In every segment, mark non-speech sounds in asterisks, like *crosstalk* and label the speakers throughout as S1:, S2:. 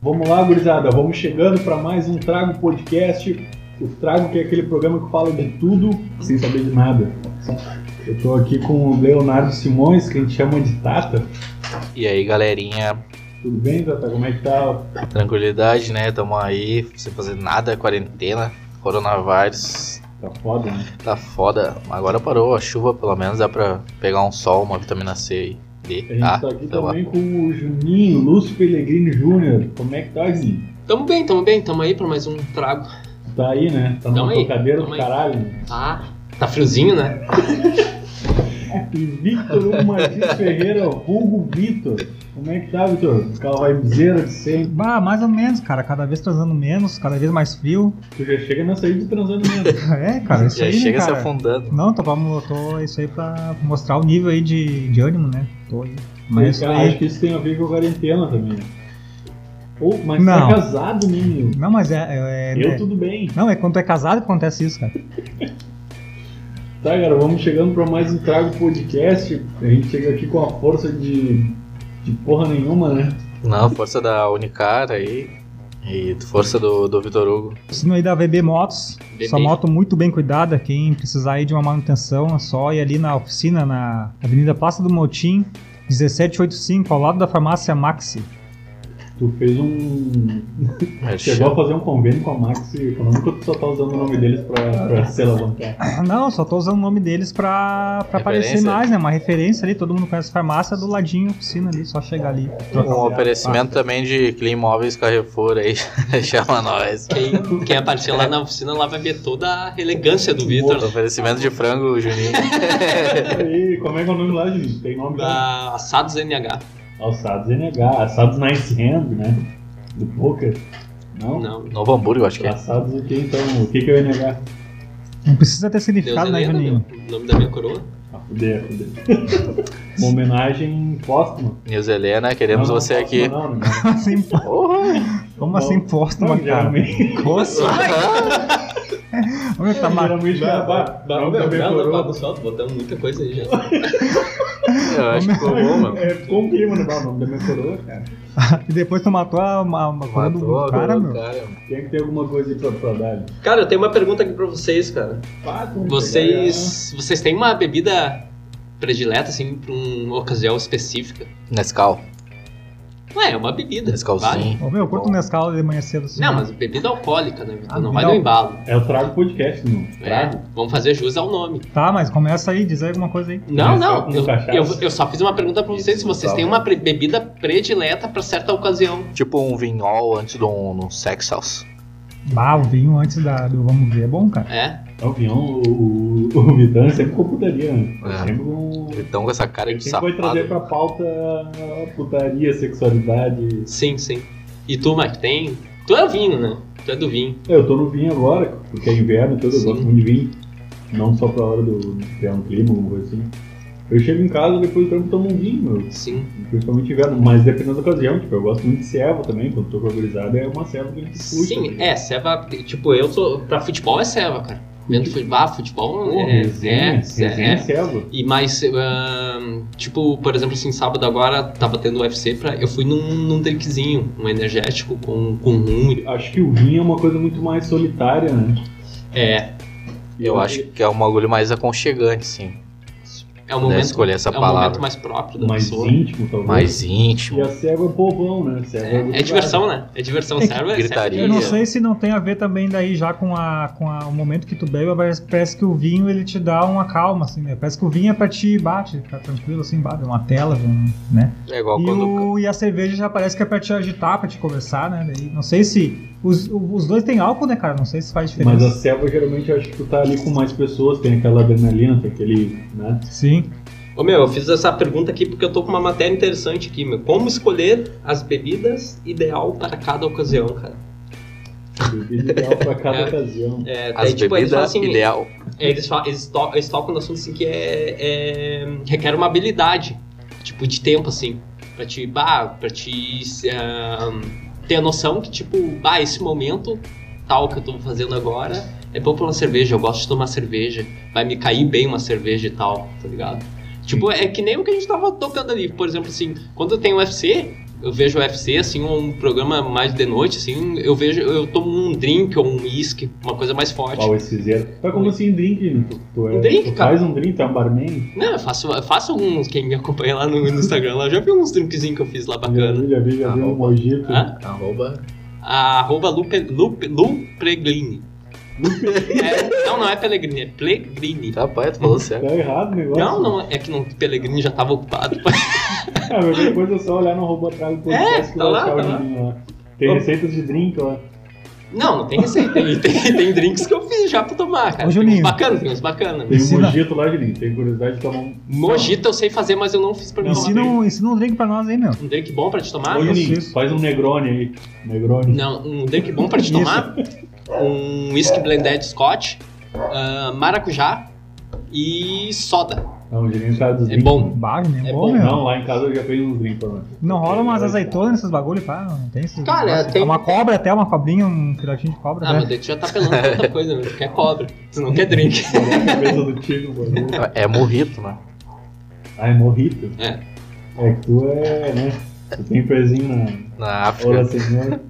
S1: Vamos lá, gurizada, vamos chegando para mais um Trago Podcast. O Trago que é aquele programa que fala de tudo sem saber de nada. Eu tô aqui com o Leonardo Simões, que a gente chama de Tata.
S2: E aí, galerinha,
S1: Tudo bem, Tata? Como é que tá?
S2: tranquilidade, né? Tamo aí, sem fazer nada, quarentena, coronavírus,
S1: Tá foda, né?
S2: tá foda. Agora parou a chuva, pelo menos dá pra pegar um sol, uma vitamina C e D.
S1: A gente
S2: ah,
S1: tá aqui
S2: sei lá.
S1: também com o Juninho, Lúcio Pellegrini Júnior. Como é que tá, Juninho?
S3: Tamo bem, tamo bem, tamo aí pra mais um trago.
S1: Tá aí, né? Tá
S3: Tamo
S1: numa
S3: aí,
S1: tocadeira do
S3: tamo aí.
S1: caralho. né?
S3: Ah, tá friozinho, né?
S1: E Victor Hugo Martins Ferreira, vulgo Vitor. Como é que tá, Vitor? Calvaizeira de sempre.
S4: Bah, mais ou menos, cara. Cada vez transando menos, cada vez mais frio.
S1: Tu já chega nessa aí de transando mesmo.
S4: É, cara, isso
S2: Já
S4: aí, né,
S2: chega se
S4: cara?
S2: afundando.
S4: Não, tô, pra- tô isso aí pra mostrar o nível aí de, de ânimo, né? Tô aí. Mas
S1: Mas
S4: isso
S1: eu acho
S4: aí...
S1: que isso tem a ver com a quarentena também. Ou, mas
S4: Não.
S1: tá casado, né, menino?
S4: Não, mas é... é- é-
S1: Eu tudo bem.
S4: Não, é quando tu é casado que acontece isso, cara.
S1: Tá, galera, vamos chegando pra mais um Trago Podcast. A gente chega aqui com a força de, de porra nenhuma, né?
S2: Não, força da Unicar aí e força do, do Vitor Hugo.
S4: Sino aí da VB Motos.
S3: VB.
S4: Sua moto muito bem cuidada. Quem precisar aí de uma manutenção, é só ir ali na oficina, na Avenida Praça do Motim, 1785, ao lado da farmácia Maxi.
S1: Tu fez um. Chegou
S2: Merchan.
S1: a fazer um convênio com a Max Econômica ou tu só tá usando o nome deles pra, pra se alavancar?
S4: Não, só tô usando o nome deles pra, pra aparecer
S2: Referência.
S4: mais, né? Uma referência ali, todo mundo conhece farmácia do ladinho, piscina ali, só chegar ali. trocar
S2: Um
S4: ideia.
S2: oferecimento também de Clean Móveis Carrefour aí, *laughs* chama nós.
S3: Quem, quem aparecer *laughs* lá na oficina lá vai ver toda a elegância do Vitor. né?
S2: Oferecimento de frango, Juninho.
S1: E como é que é o nome lá, gente? Tem nome lá?
S3: Da Ah, Assados NH.
S1: Alçados NH, Alçados Nice Hand, né? Do poker. Não?
S3: Não.
S2: Novo Hamburgo, acho que é.
S1: Alçados o que então? O que que eu ia negar?
S4: Não precisa ter
S3: Deus
S4: significado, né,
S2: é
S3: Helena,
S4: Juninho?
S3: meu. O nome da minha coroa.
S1: Ah, fuder, fuder. Uma homenagem póstuma.
S2: News Helena, queremos
S1: Não, não,
S2: você
S1: póstuma
S2: aqui.
S1: Não, não.
S4: *laughs* Assim, pô, como
S1: Bom,
S4: assim posta
S1: Não,
S4: uma cara?
S1: geralmente,
S4: *laughs* Poxa, tá mar...
S1: geralmente é, bah, não,
S3: meu,
S1: também
S3: não,
S1: coroa.
S3: não, só, botamos muita coisa aí já.
S2: Eu acho que ficou bom,
S4: Tá
S2: mano.
S1: É, ficou um clima, né? Bah, O nome da minha coroa, cara.
S4: E depois tu matou a, a, a coroa do
S2: Matou,
S4: cara,
S2: adorou,
S4: meu.
S2: cara.
S1: Tem que ter alguma coisa aí pra, pra dar. né?
S3: Cara, eu tenho uma pergunta aqui pra vocês, cara.
S1: Pá, tu não
S3: Vocês. Vocês têm uma bebida predileta, assim, pra uma ocasião específica?
S2: Nescau.
S3: Ué, é uma bebida. vai.
S2: Nescauzinho.
S4: Ô, meu, eu curto um Nescau de manhã cedo assim.
S3: Não, mas bebida alcoólica, né, Vitor?
S4: Ah,
S3: Não vai
S4: não.
S3: no embalo.
S1: pegar. É o Trago Podcast, não.
S3: É,
S1: Trago.
S3: vamos fazer jus ao nome.
S4: Tá, mas começa aí, diz aí alguma coisa aí.
S3: Não,
S1: Começar
S3: não.
S1: com
S3: Eu,
S1: cachaça.
S3: eu- eu só fiz uma pergunta pra vocês
S2: Isso,
S3: se vocês
S2: tá.
S3: têm uma pre- bebida predileta pra certa ocasião.
S2: Tipo um vinhol antes de um, de um sex house.
S4: Bah, o vinho antes da, do vamos ver é bom, cara.
S3: É?
S1: O Vião, o, o, o Vitão sempre com putaria, né?
S2: É.
S1: Sempre com.
S2: Então com essa cara
S1: Ele
S2: de
S1: sempre vai trazer
S2: safado.
S1: pra pauta putaria, sexualidade.
S3: Sim, sim. E tu, Mike, tem. Tu é o vinho, né? Tu é do vinho.
S1: Eu tô no vinho agora, porque é inverno, todo eu
S3: Sim.
S1: gosto muito de vinho. Não só pra hora do de criar um clima, alguma coisa assim. Eu chego em casa, depois do trampo tomo um vinho, meu.
S3: Sim.
S1: Principalmente inverno, mas dependendo da ocasião, tipo, eu gosto muito de serva também, quando tô com a gurizada, é uma serva que a gente né? puxa.
S3: Sim, é, ceva. Tipo, eu sou. Pra futebol é ceva, cara. Vendo futebol, ah, futebol
S1: Pô,
S3: é,
S1: resenha,
S3: é,
S1: resenha
S3: é.
S1: serva.
S3: E mais, ahn, tipo, por exemplo, assim, sábado agora tava tendo UFC, pra, eu fui num, num drinkzinho, um energético com, com rum.
S1: Acho que o vinho é uma coisa muito mais solitária, né?
S3: É,
S2: Eu acho que é um bagulho mais aconchegante, sim.
S3: é um
S2: Deve
S3: momento
S2: escolher essa
S3: É um momento
S2: palavra.
S3: mais próprio da
S1: mais
S3: pessoa.
S1: íntimo, talvez.
S2: Mais
S1: E
S2: íntimo.
S1: a serva é povão, né? Serva é,
S3: É,
S1: gurizada.
S3: diversão, né? É diversão,
S4: É que
S3: serve.
S2: gritaria.
S4: Eu não
S2: Isso.
S4: sei se não tem a ver também daí já com, a, com a- o momento que tu bebe, mas parece que o vinho ele te dá uma calma, assim, né? Parece que o vinho é pra te bate, ficar tranquilo, assim, bate uma tela, um- né?
S2: É igual
S4: E,
S2: quando.
S4: o- e a cerveja já parece que é pra te agitar, pra te conversar, né? Daí, não sei se. Os, os dois têm álcool, né, cara? Não sei se faz
S1: Mas a
S4: diferença.
S1: serva geralmente eu acho que tu tá ali com mais pessoas, tem aquela adrenalina, tem aquele, né?
S4: Sim.
S3: Ô meu, eu fiz essa pergunta aqui porque eu tô com uma matéria interessante aqui, meu. Como escolher as bebidas ideal para cada ocasião, cara?
S1: Bebida ideal pra cada
S3: É.
S1: ocasião.
S3: É, daí,
S2: As
S3: eles
S2: bebidas
S3: falam assim,
S2: ideal.
S3: é, eles, falam, eles, to, eles tocam no assunto assim que é, é- requer uma habilidade, tipo, de tempo, assim. Pra te, bah, pra te ah, ter a noção que, tipo, bah, esse momento tal que eu tô fazendo agora é bom pra uma cerveja, eu gosto de tomar cerveja, vai me cair bem uma cerveja e tal, tá ligado? Tipo, é que nem o que a gente tava tocando ali, por exemplo, assim, quando eu tenho UFC, eu vejo UFC, assim, um programa mais de noite, assim, eu vejo, eu tomo um drink ou um uísque, uma coisa mais forte.
S1: Pau esse zero. Mas como assim, drink? Tu, tu é,
S3: tipo, Um drink,
S1: tu
S3: cara.
S1: faz um drink, tu é um barman?
S3: Não, eu faço, eu faço alguns, quem me acompanha lá no, no Instagram, lá, já viu uns drinkzinhos que eu fiz lá bacana. Ah,
S1: Já vi, já vi um mojito.
S3: Hã?
S2: Arroba.
S3: A arroba Lupe, Lupe, Lupreglini. É, não, não é Pellegrini, é Plegrini.
S2: Rapaz, tu falou
S3: *laughs*
S2: certo.
S1: Tá errado o negócio.
S3: Não, não, é que não, Pellegrini já tava ocupado. *laughs*
S1: Ah, mas depois é só olhar no robô atrás do podcast
S3: É,
S1: que
S3: tá
S1: vai
S3: lá,
S1: achar o
S3: tá lá.
S1: vinho lá. Tem
S3: Ô.
S1: receitas de drink lá.
S3: Não, não tem receita, tem, tem, tem drinks que eu fiz já pra tomar, cara.
S4: Ô,
S3: Tem uns
S4: Juninho.
S3: bacana, tem uns bacana.
S1: Tem um
S4: Ensina.
S1: mojito lá, Juninho. Tem curiosidade de tomar um.
S3: Mojita eu sei fazer, mas eu não fiz pra mim.
S4: Ensina
S3: tomar.
S4: um, ensina um drink pra nós aí, meu.
S3: Um drink bom pra te tomar?
S1: Ô,
S4: eu
S1: Juninho,
S4: sei.
S1: faz um Negroni aí. Negroni.
S3: Não, um drink bom pra te
S4: Isso.
S3: tomar. Um whisky blended scotch, ah, maracujá e soda.
S1: Não, o Juninho sabe dos
S3: É
S1: drinks.
S3: bom.
S4: Bagulho, né?
S3: É
S4: bom,
S3: bom, É
S4: meu.
S1: Não, lá em casa eu já fiz uns drinks pra nós.
S4: Não rola umas azeitonas nesses bagulho, pá? Não tem esses
S3: Cara,
S4: negócios?
S3: tem-
S4: Uma cobra até, uma cobrinha, um filhotinho de cobra,
S3: Ah,
S4: né?
S3: meu Deus, tu já tá pelando pra outra coisa, meu. Tu quer cobra, tu não quer drink.
S1: Cabeça do Tigo, mano.
S2: É morrito, né?
S1: Ah, é morrito.
S3: É.
S1: É que tu é, né? Tu tem pezinho na assim, né?
S2: Na África.
S1: Ora Senhor.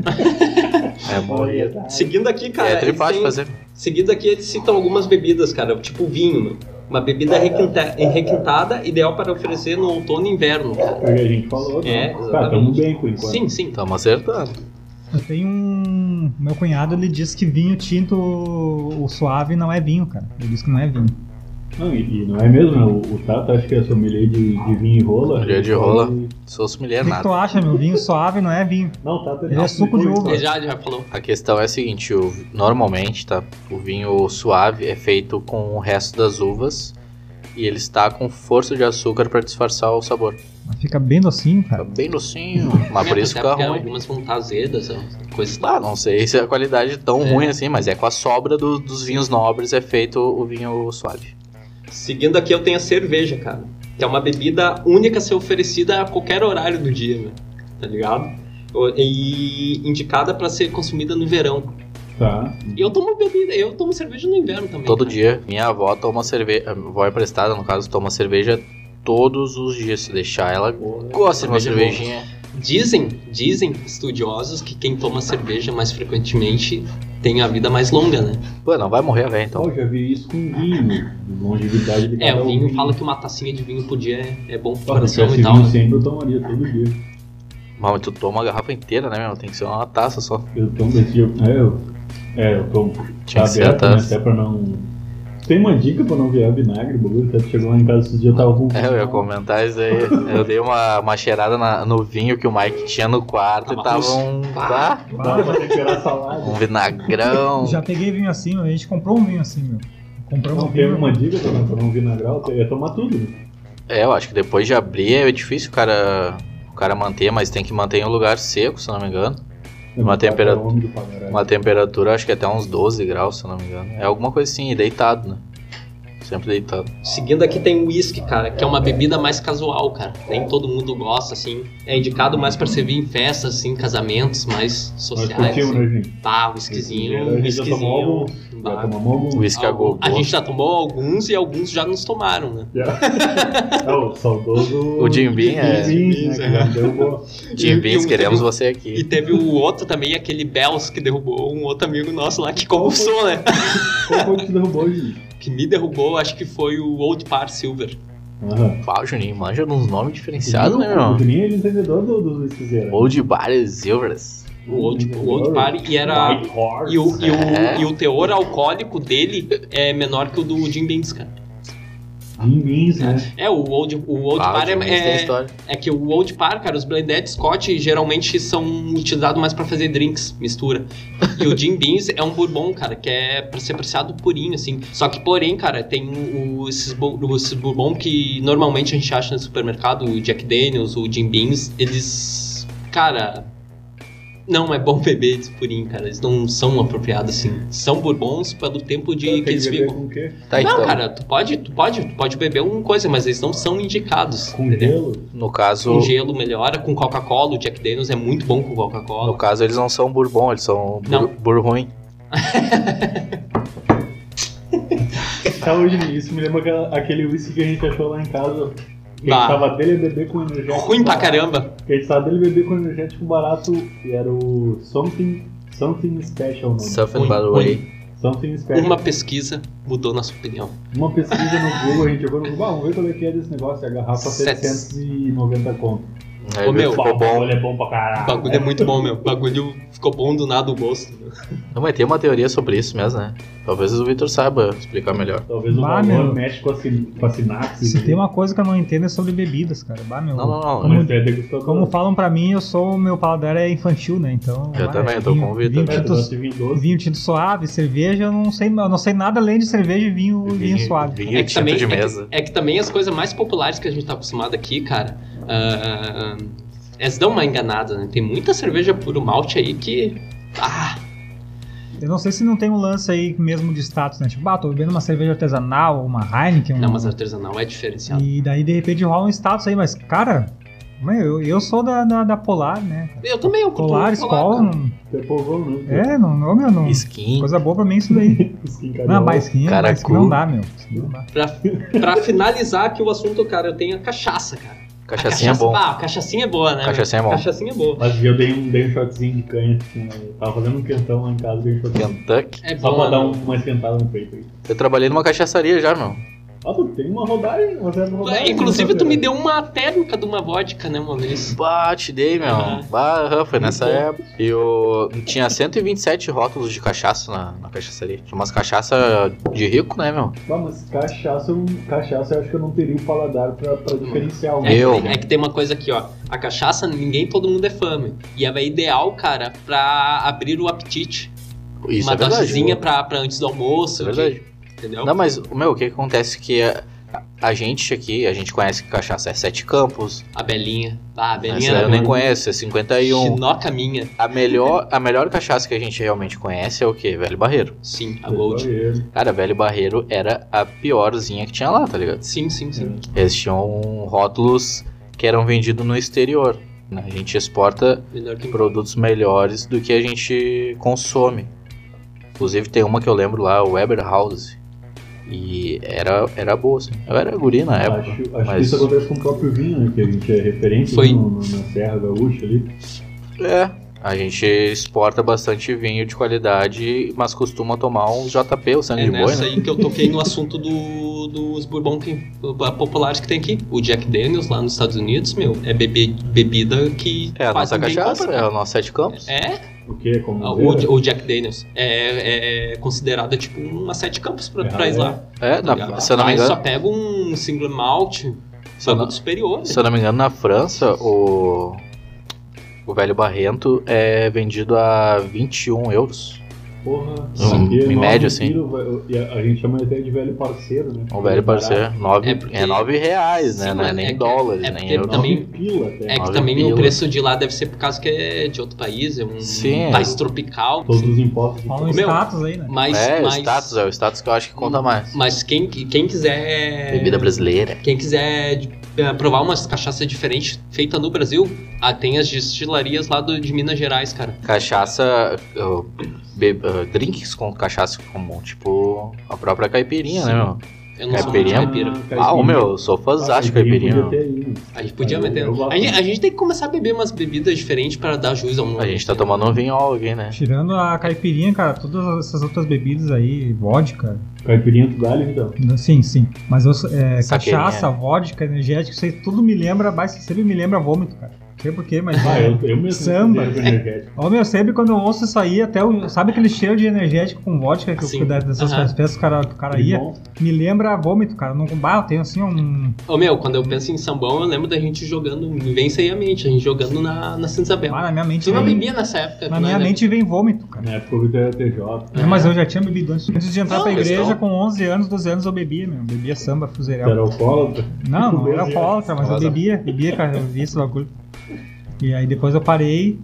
S2: É morrito.
S3: *laughs*
S1: tá.
S3: Seguindo aqui, cara.
S2: É
S3: eles
S2: trifático
S3: têm-
S2: fazer.
S3: Seguido aqui eles citam algumas bebidas, cara, tipo vinho, meu. Uma bebida requinta- requintada, ideal para oferecer no outono e inverno, cara.
S1: Porque a gente falou, não.
S3: É,
S1: Tá, tamo
S3: exatamente.
S1: bem por enquanto.
S3: Sim, sim.
S2: Tamo acertando.
S4: Eu tenho um. Meu cunhado ele diz que vinho tinto, o suave, não é vinho, cara. Ele diz que não é vinho.
S1: Não, e, e não é mesmo? O, o Tato, acho que é sommelier de, de vinho e rola.
S2: Sommelier de
S1: Ele
S2: rola.
S1: fala que-
S2: Sou
S4: O
S2: mulher
S4: que, que
S2: É nada.
S4: tu acha, meu? Vinho suave não é vinho.
S1: Não, o Tato
S4: Ele é
S1: não,
S4: suco de
S1: depois,
S4: uva.
S1: tá?
S3: Ele já, já falou.
S2: A questão é a seguinte, o- normalmente, tá? O vinho suave é feito com o resto das uvas e ele está com força de açúcar para disfarçar o sabor.
S4: Mas fica bem docinho,
S2: Tá
S4: cara.
S2: bem docinho, mas
S3: É,
S2: por isso
S3: até
S2: fica
S3: porque
S2: ruim.
S3: Algumas vão estar azedas, ó, coisas
S2: Ah, não sei se a qualidade é tão
S3: É.
S2: ruim assim, mas é com a sobra do- dos vinhos nobres é feito o vinho suave.
S3: Seguindo aqui eu tenho a cerveja, cara. Que é uma bebida única a ser oferecida a qualquer horário do dia, né? Tá ligado? O- E indicada para ser consumida no verão.
S1: Tá.
S3: E eu tomo bebida, eu tomo cerveja no inverno também.
S2: Todo
S3: cara.
S2: dia, minha avó toma cerveja, a avó é emprestada, no caso, toma cerveja todos os dias, se deixar ela gosta de uma
S3: cerveja é
S2: cervejinha.
S3: Dizem, dizem estudiosos que quem toma cerveja mais frequentemente tem a vida mais longa, né?
S2: Pô, não vai morrer a véia então.
S1: Ó, eu já vi isso com vinho. de Longevidade de
S3: É,
S1: cada
S3: o vinho
S1: um.
S3: fala que uma tacinha de vinho por dia é, é bom pro
S1: Ó, Se
S3: coração
S1: tivesse
S3: e tal.
S1: vinho
S3: né?
S1: sempre, eu tomaria todo dia.
S2: Mas tu toma a garrafa inteira, né, meu? Tem que ser uma taça só.
S1: Eu tomo desse dia. É, eu, é, eu tomo.
S2: Tinha que ser a
S1: aberto, né,
S2: taça.
S1: até pra não. Tem uma dica pra não virar vinagre, o bagulho. Até chegou lá em casa tá esses dias, eu tava com.
S2: É, eu ia comentar isso aí. Eu dei uma, uma cheirada na- no vinho que o Mike tinha no quarto e
S3: Tava
S2: tava
S3: russo.
S2: um,
S3: Ah, Pá.
S2: pá,
S1: Dá pra recuperar salada.
S2: um vinagrão.
S4: Já peguei vinho assim, meu. a gente comprou um vinho assim, meu. Compramos
S1: Não,
S4: um
S1: tem
S4: vinho.
S1: uma dica pra não, pra não vinagrar, é tomar tudo. né?
S2: É, eu acho que depois de abrir é difícil o cara, o cara manter, mas tem que manter em um lugar seco, se eu não me engano. Uma temperatura-
S1: É úmido pra caralho.
S2: Uma temperatura, acho que até uns 12 graus, se eu não me engano. É alguma coisa assim, e deitado, né? Sempre deitado.
S3: Seguindo aqui tem o whisky, cara, que é uma bebida mais casual, cara. Nem todo mundo gosta, assim. É indicado mais pra servir em festas, assim, casamentos mais
S1: Nós
S3: sociais.
S1: curtimos,
S3: Assim.
S1: né, gente?
S3: Tá,
S1: Esse
S3: whiskyzinho,
S1: dia a gente já tomou
S3: whiskyzinho.
S1: algum.
S3: bah.
S1: Já tomamos algum.
S2: Ah, Whisky é a
S3: Algum-
S2: gogo.
S3: A gente já tomou alguns e alguns já nos tomaram, né?
S1: Já. É o saudoso.
S2: O Jim Beam, é.
S1: Jim
S3: Jim
S1: Beam,
S3: Beam,
S1: né, que deu boa.
S2: Tim
S3: E- e
S2: Beans,
S3: um-
S2: queremos você
S3: E
S2: aqui.
S3: teve o outro também, aquele Bells que derrubou um outro amigo nosso lá que concursou, né? *laughs*
S1: Qual foi que te derrubou, Jim?
S3: Que me derrubou, acho que foi o Old Par Silver.
S1: Aham.
S2: Pau, Juninho, manja uns nomes diferenciados, né, meu?
S1: O Juninho ele é entendedor do- né? dos whiskyzeiros.
S2: Old Bar Silvers.
S3: O Old, o old Par e era.
S1: White Horse.
S3: E o, e,
S2: É.
S3: o, e o teor alcoólico dele é menor que o do Jim Beans, cara.
S1: Jim Beans, né?
S3: É, o Old, o old
S2: Pau,
S3: Par é,
S2: Jim Beam tem
S3: é,
S2: história.
S3: é que o Old Par, cara, os blended Scotch geralmente são utilizados mais pra fazer drinks, mistura. E
S2: *laughs*
S3: o Jim Beans é um bourbon, cara, que é pra ser apreciado purinho, assim. Só que, porém, cara, tem o- esses, bo- esses bourbon que normalmente a gente acha no supermercado, o Jack Daniels, o Jim Beans, eles. Cara. Não é bom *laughs* beber eles purinho, cara. Eles não são apropriados assim. São bourbons pelo tempo de
S1: Tem
S3: que eles
S1: beber
S3: ficam.
S1: é com o quê?
S2: Tá,
S3: não,
S2: então,
S3: cara, tu pode, tu pode, tu pode beber uma coisa, mas eles não são indicados.
S1: Com
S3: entendeu?
S1: gelo?
S2: no caso,
S3: Com gelo melhora, com Coca-Cola, o Jack Daniels é muito bom com
S2: no
S3: Coca-Cola.
S2: caso eles não são bourbon, eles são
S3: Não.
S2: bur, bur ruim.
S1: Tá hoje nisso, me lembra aquela- aquele whisky que a gente achou lá em casa. Que a
S3: Bah.
S1: gente tava dele beber com energético.
S3: Ruim pra
S1: barato.
S3: caramba.
S1: Que a gente tava dele beber com energético barato e era o Something, something Special, o nome.
S2: Something
S3: Ruim,
S2: by the
S3: ruim.
S2: way.
S1: Something Special.
S3: Uma pesquisa mudou nossa opinião.
S1: Uma pesquisa no Google, a gente jogou no Google, ah, vamos ver qual é que é desse negócio, a garrafa
S3: Sete-
S1: 790 conto.
S2: Aí
S3: Ô, meu,
S2: ficou bom.
S1: Olha, é bom pra
S3: O
S1: caralho.
S3: bagulho é muito bom, meu. O bagulho ficou bom do nada o gosto. meu.
S2: Não, mas tem uma teoria sobre isso mesmo, né? Talvez o Victor saiba explicar melhor.
S1: Talvez o
S4: Bah,
S1: valor
S4: meu.
S1: mexe com a, sin- com a sinapse. né?
S4: Se tem uma coisa que eu não entendo é sobre bebidas, cara. Bah, meu.
S2: Não, não, não.
S4: Como-
S1: Mas é degustador.
S4: Como falam pra mim, eu sou. Meu paladar é infantil, né? Então.
S2: Eu
S4: bah,
S2: também,
S4: é
S2: eu tô
S4: vinho-
S2: com né? o Vitor.
S4: Vinho
S1: É, tu gosta
S4: tinto,
S1: de vinho doce?
S4: vinho tinto suave, cerveja, eu não sei, eu não sei nada além de cerveja e vinho, vinho, suave.
S2: Vinho tinto de
S3: é que-
S2: mesa.
S3: É, que também as coisas mais populares que a gente tá acostumado aqui, cara, ah, elas dão uma enganada, né? Tem muita cerveja puro malte aí que. Ah,
S4: Eu não sei se não tem um lance aí mesmo de status, né? Tipo, ah, tô bebendo uma cerveja artesanal, uma
S1: Hum.
S4: Heineken.
S3: não,
S4: um-
S3: mas artesanal é diferenciado.
S4: E daí de repente rola um status aí, mas, cara, mãe, eu, eu sou da, da, da Polar, né?
S3: Eu também, eu curto
S4: Polar,
S3: muito
S4: Skol,
S3: cara.
S4: não-
S1: Tu é povão, né?
S4: é, não, não, meu, não.
S2: Skin.
S4: Coisa boa pra mim
S3: *laughs*
S4: isso daí.
S1: Skin
S4: É? Não,
S1: carioca.
S4: mas skin,
S2: Caracu.
S4: mas skin não dá, meu. Skin não dá.
S3: Pra, pra finalizar aqui o assunto, cara, eu tenho a cachaça, cara. A
S2: Cachaçinha é bom.
S3: Ah, a cachaçinha é boa, né?
S2: Cachaçinha é bom.
S3: Cachaçinha é boa.
S1: Mas eu dei um, dei um shotzinho de canha. assim, eu Tava fazendo um quentão lá em casa, dei um shotzinho.
S2: Kentucky.
S3: É
S1: Só
S3: boa.
S1: pra dar
S3: né?
S1: um- uma esquentada no peito aí.
S2: Eu trabalhei numa cachaçaria já, meu.
S1: Ah, tu tem uma rodagem, uma certa
S3: Tu-
S1: rodagem.
S3: Inclusive,
S1: né,
S3: tu me
S1: cara?
S3: deu uma térmica de uma vodka, né, uma vez.
S2: Bah, te dei, meu.
S3: Aham.
S2: Bah, aham, foi nessa época. E eu tinha 127 rótulos de cachaça na, na cachaçaria. Tinha umas cachaça de rico, né, meu?
S1: Ah, mas cachaça, eu não- cachaça eu acho que eu não teria o paladar pra, pra diferenciar. um.
S3: É que
S2: Eu.
S3: tem- É que tem uma coisa aqui, ó. A cachaça, ninguém, todo mundo é fã. meu. E ela é ideal, cara, pra abrir o apetite.
S2: Isso
S3: uma
S2: é verdade.
S3: dosezinha
S2: meu.
S3: pra, pra antes do almoço.
S2: Isso é verdade.
S3: Entendeu?
S2: Não, mas, meu, o que que acontece é que a, a gente aqui, a gente conhece que cachaça é Sete Campos.
S3: A Belinha. Ah, a
S2: Essa
S3: Belinha
S2: daí eu
S3: era
S2: nem
S3: uma
S2: conheço, é 51.
S3: chinoca minha.
S2: A melhor, a melhor cachaça que a gente realmente conhece é o quê? Velho Barreiro.
S3: Sim, a Gold.
S2: Cara, Velho Barreiro era a piorzinha que tinha lá, tá ligado?
S3: Sim, sim, sim.
S2: Eles tinham rótulos que eram vendidos no exterior. né? A gente exporta
S3: Melhor que
S2: produtos melhores do que a gente consome. Inclusive tem uma que eu lembro lá, o Weber House. E era, era boa, assim. Eu era guri na
S3: É,
S2: época.
S1: Acho, acho que
S2: mas-
S1: isso acontece com o próprio vinho, né? Que a gente é referente
S3: Foi.
S1: né, no- no- na Serra Gaúcha ali.
S2: É. A gente exporta bastante vinho de qualidade, mas costuma tomar um JP, o sangue
S3: É
S2: de boi,
S3: nessa
S2: né?
S3: aí que eu toquei no assunto do- dos bourbon que- populares que tem aqui. O Jack Daniels lá nos Estados Unidos, meu, é bebe- bebida que
S2: É a
S3: quase
S2: nossa
S3: ninguém
S2: cachaça,
S3: compra.
S2: é o nosso sete campos.
S3: É,
S1: O que? Como
S2: né?
S3: O, o Jack Daniels é, é considerada tipo uma sete campos pra, pra ir lá.
S2: É, na-
S3: Tá
S2: se eu não me
S3: Mas
S2: engano.
S3: só pega um single malt
S2: se eu não-
S3: bagulho superior. né?
S2: Se eu não me engano, na França, o, o velho barrento é vendido a 21 euros.
S1: Porra,
S2: Hum,
S1: aqui é
S2: em
S1: nove
S2: média, assim.
S1: quilos, vai- e a, a gente chama até de velho parceiro, né?
S2: Um velho parceiro, nove,
S3: É
S2: é,
S3: porque-
S2: 9 reais, né?
S3: Sim,
S2: não é
S3: mas
S2: nem
S3: é que-
S2: dólares,
S3: é
S2: nem
S3: porque
S2: euros.
S1: Nove
S3: também-
S1: pila um até.
S3: É que
S2: nove
S3: também
S2: pila.
S3: o preço de lá deve ser por causa que é de outro país, é um
S2: Sim,
S3: país
S2: é.
S3: tropical.
S1: Todos
S3: assim.
S1: os impostos. de-
S4: Fala um
S3: Meu,
S4: status aí, né?
S3: Mas,
S2: é,
S3: mas,
S2: o status, é o status que eu acho que conta mais.
S3: mas quem, quem quiser.
S2: Bebida brasileira.
S3: Quem quiser eh, provar umas cachaças diferentes feitas no Brasil, ah, tem as destilarias lá do- de Minas Gerais, cara.
S2: Cachaça, ó, be- ó, drinks com cachaça comum, tipo a própria caipirinha, né, meu?
S3: Eu não sou muito
S2: Caipirinha?
S3: caipira.
S2: Ah, ô, meu, eu sou fãzão de caipirinha.
S1: podia
S2: meu.
S1: ter ido.
S3: A gente podia
S1: Eu-
S3: meter.
S1: eu gosto.
S3: A gente, a gente tem que começar a beber umas bebidas diferentes pra dar jus ao mundo.
S2: A gente tá tomando um vinhol aqui, né?
S4: Tirando a caipirinha, cara, todas essas outras bebidas aí, vodka.
S1: Caipirinha do galho, então.
S4: Sim, sim. Mas eu, é,
S2: Saqueirinha.
S4: cachaça,
S3: né?
S4: vodka, energético, isso aí tudo me lembra, mas sempre me lembra vômito, cara. Não sei porquê, mas.
S1: Ah, eu, eu mesmo.
S4: Samba. É,
S1: considero energético.
S4: Ó, meu, sempre quando eu ouço isso aí, até o, sabe aquele cheiro de energético com vodka que
S3: Sim.
S4: eu cuidava dessas
S3: Aham.
S4: festas que o cara, que o cara é- ia?
S1: Limão.
S4: Me lembra vômito, cara. Não bah, eu tenho assim um.
S3: Ô meu, quando eu penso em sambão, eu lembro da gente jogando, me vem isso aí a mente, a gente jogando na, na Santa Isabel.
S4: Ah, na minha mente.
S3: Tu não
S4: Vem,
S3: bebia nessa época,
S4: na
S3: né? É.
S4: minha mente vem vômito, cara.
S1: Na época eu era TJ.
S4: Não, mas eu já tinha bebido antes. Antes de entrar
S3: Não, então-
S4: pra igreja,
S2: questão.
S4: com 11 anos, 12 anos, eu bebia, meu. Bebia samba,
S1: Tu
S4: fuzeirão.
S1: era alcoólatra?
S4: Não, não era
S1: 12
S4: alcoólatra, mas eu
S2: Olha.
S4: bebia, bebia, cara, eu bebia esse bagulho. E aí depois eu parei,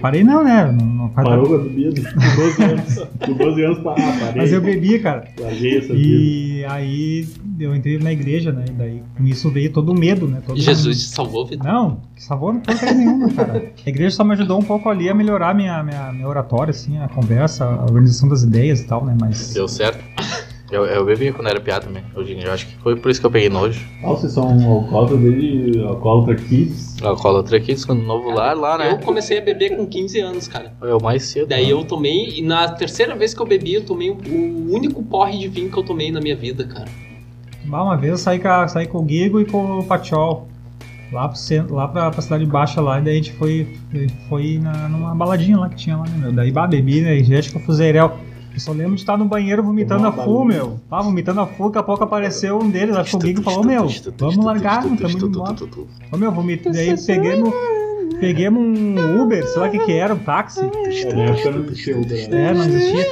S4: Parei não, né? Não, não-
S1: Parou com a bebida. Com 12 anos. Com 12 anos, pá, parei.
S4: Mas eu bebi, cara.
S1: Larguei essa vida.
S4: E aí eu entrei na igreja, né? E daí com isso veio todo o medo, né? Todo
S3: Jesus te salvou, Vitor.
S4: Não, que sabor não tem coisa nenhuma, cara. A igreja só me ajudou um pouco ali a melhorar minha, minha, minha oratória, assim, a conversa, a organização das ideias e tal, né? Mas.
S2: Deu certo. *laughs* Eu, eu bebia quando era piada também. Hoje em dia, eu acho que foi por isso que eu peguei nojo.
S1: Ah, vocês são alcoólatra desde alcoólatra kids.
S2: Alcoólatra aqui, no novo lar lá,
S3: Eu
S2: né?
S3: comecei a beber com 15 anos, cara.
S2: É o mais cedo.
S3: Daí eu tomei, e na terceira vez que eu bebi, eu tomei o único porre de vinho que eu tomei na minha vida, cara.
S4: Bah, uma vez eu saí com, a- saí com o Guigo e com o Pachol. Lá, pro centro, lá pra, pra cidade baixa lá, e daí a gente foi, foi na, numa baladinha lá que tinha lá, né, meu? Daí bah, bebi energética, fuzeirel. Eu só lembro de estar no banheiro vomitando
S1: Tomou
S4: a
S1: uma
S4: fu,
S1: balinha.
S4: meu. Tava vomitando a fu, daqui a pouco apareceu um deles, acho que o Guigo falou, meu, vamos largar, não estamos indo embora. Ô meu, vomitei, daí peguemos, peguemos um Uber, sei lá o que que era, um táxi.
S1: É, na época não existia Uber, né?
S4: É, não existia.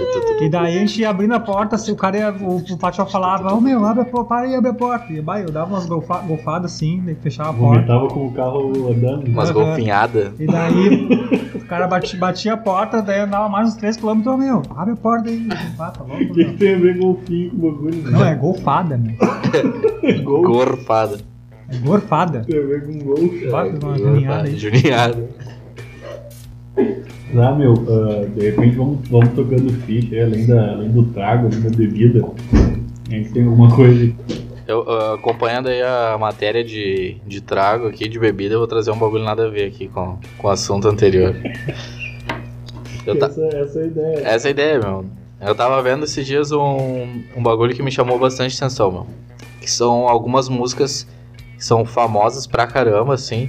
S4: E daí a gente abrindo a porta, assim, o cara ia, o, o Pachol falava, ô meu, abre a porta, para aí, abre a porta. E bah, eu dava umas golfa, golfadas assim, daí fechava a porta.
S1: Vomitava com o carro andando.
S2: Umas
S4: Aham.
S2: golfinhadas.
S4: E daí o cara bati- batia a porta, daí andava mais uns 3km, ô meu, abre a porta aí. Ah, tá bom,
S1: O que que *laughs*
S4: meu.
S1: tem a ver golfinho com bagulho? né?
S4: Não, é golfada, meu.
S1: Gol.
S2: Gorfada.
S4: É gorfada.
S1: Tem a ver com gol.
S4: Vai, fez uma caminhada aí.
S2: Juniada.
S1: Ah, meu, ah, de repente vamos, vamos tocando ficha, aí, além, da, além do trago, além da bebida. A gente tem alguma coisa aí.
S2: Eu, ah, acompanhando aí a matéria de, de trago aqui, de bebida, eu vou trazer um bagulho nada a ver aqui com, com o assunto anterior. Eu tá- ta-
S1: Essa, essa é a ideia.
S2: Essa é a ideia, meu. Eu tava vendo esses dias um, um bagulho que me chamou bastante atenção, meu. Que são algumas músicas que são famosas pra caramba, assim.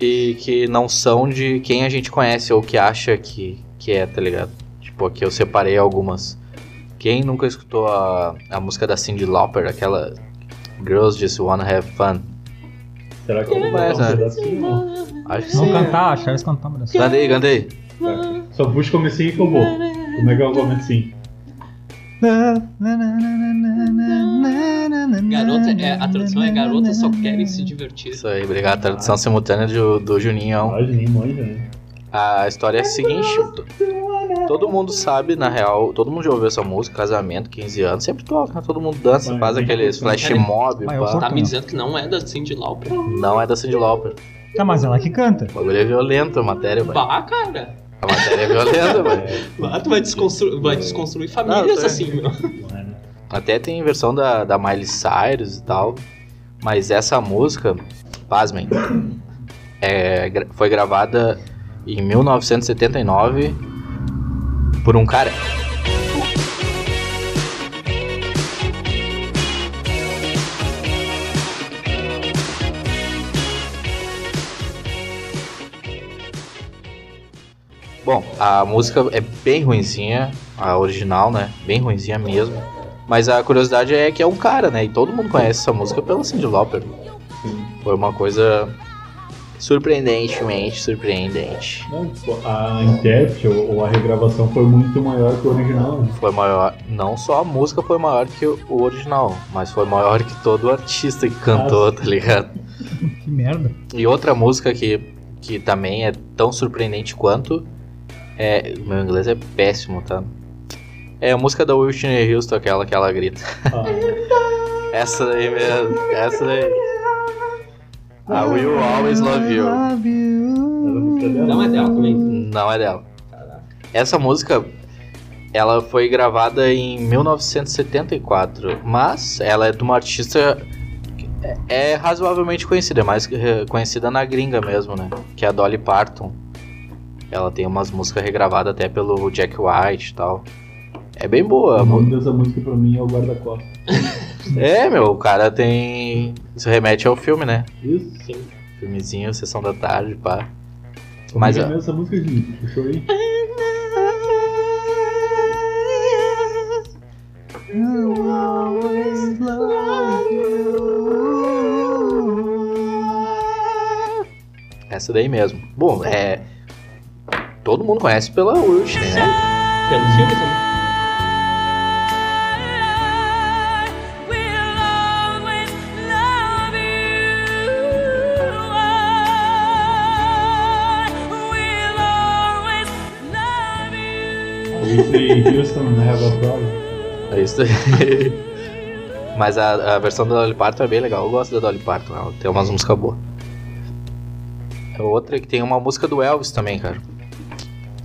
S2: E que não são de quem a gente conhece ou que acha que, que é, tá ligado? Tipo, aqui eu separei algumas. Quem nunca escutou a, a música da Cyndi Lauper, aquela Girls Just Wanna Have Fun?
S1: Será que eu vou botar
S2: Mas, né?
S1: um pedacinho? não?
S2: Acho que
S4: Vamos
S2: sim.
S4: cantar, acharam eles cantar, meu Deus.
S2: Cantei, cantei.
S1: Tá. Só puxa o comecinho que eu vou. Como é que é o comecinho?
S3: Garota,
S4: Garota,
S3: é, a tradução é garota só querem se divertir.
S2: Isso aí, obrigado. Tradução simultânea do, do Juninho.
S1: Ah, nem manja, né?
S2: A história é a seguinte: to- todo mundo sabe, na real, todo mundo já ouviu essa música, casamento, 15 anos, sempre toca, né? todo mundo dança,
S1: Mas
S2: faz
S1: nem
S2: aqueles
S1: funciona.
S2: flash mob,
S4: Mas eu
S2: pá.
S4: vou-
S3: Tá me dizendo que não é da Cindy Lauper.
S2: não é da Cyndi Lauper.
S4: Tá, mas ela que canta.
S2: O bagulho é violento, a matéria, vai.
S3: Bah, cara.
S2: A matéria é violenta, vai.
S3: Bah, tu vai, desconstru vai desconstruir famílias
S2: Não, tá.
S3: assim, meu.
S1: Mano,
S2: Até tem versão da, da Miley Cyrus e tal, mas essa música, pasmem, é, gra- foi gravada em 1979 por um cara. Bom, a música é bem ruinzinha, a original, né? Bem ruinzinha mesmo. Mas a curiosidade é que é um cara, né? E todo mundo conhece essa música pela Cyndi Lauper. Foi uma coisa surpreendentemente surpreendente.
S1: Não, tipo, a intérprete ou, ou a regravação foi muito maior que o original.
S2: *laughs*
S1: né?
S2: Foi maior, não só a música foi maior que o o original, mas foi maior que todo artista que cantou, tá ligado?
S4: Que merda.
S2: E outra música que, que também é tão surpreendente quanto é, o meu inglês é péssimo, tá? É a música da Whitney Houston, aquela que ela grita.
S1: Ah,
S2: Essa daí mesmo, essa daí. I will always love you.
S4: Love
S1: Era a música
S4: you.
S1: dela.
S3: Não é dela também.
S2: Não é dela. Essa música, ela foi gravada em 1974, mas ela é de uma artista que é é razoavelmente conhecida, é mais eh, conhecida na gringa mesmo, né? Que é a Dolly Parton. Ela tem umas músicas regravadas até pelo Jack White e tal. É bem boa. a
S1: O
S2: mu-
S1: nome dessa música pra mim é o guarda-costas.
S2: É, meu, o cara tem. Isso remete ao filme, né?
S1: Isso?
S2: Filmezinho, Sessão da Tarde, pá.
S1: Como
S2: Mas
S1: é
S2: a-
S1: mesmo essa música, gente? Deixa eu aí.
S4: You always love you.
S2: Essa daí mesmo. Bom, é. Todo mundo conhece pela Whitney, né?
S3: Pelo filme também.
S1: Whitney Houston, né? Have a problem.
S2: É isso aí. *laughs* Mas a, a versão da Dolly Parton é bem legal. Eu gosto da Dolly Parton, ela tem umas músicas boas. A Outra é que tem uma música do Elvis também, cara.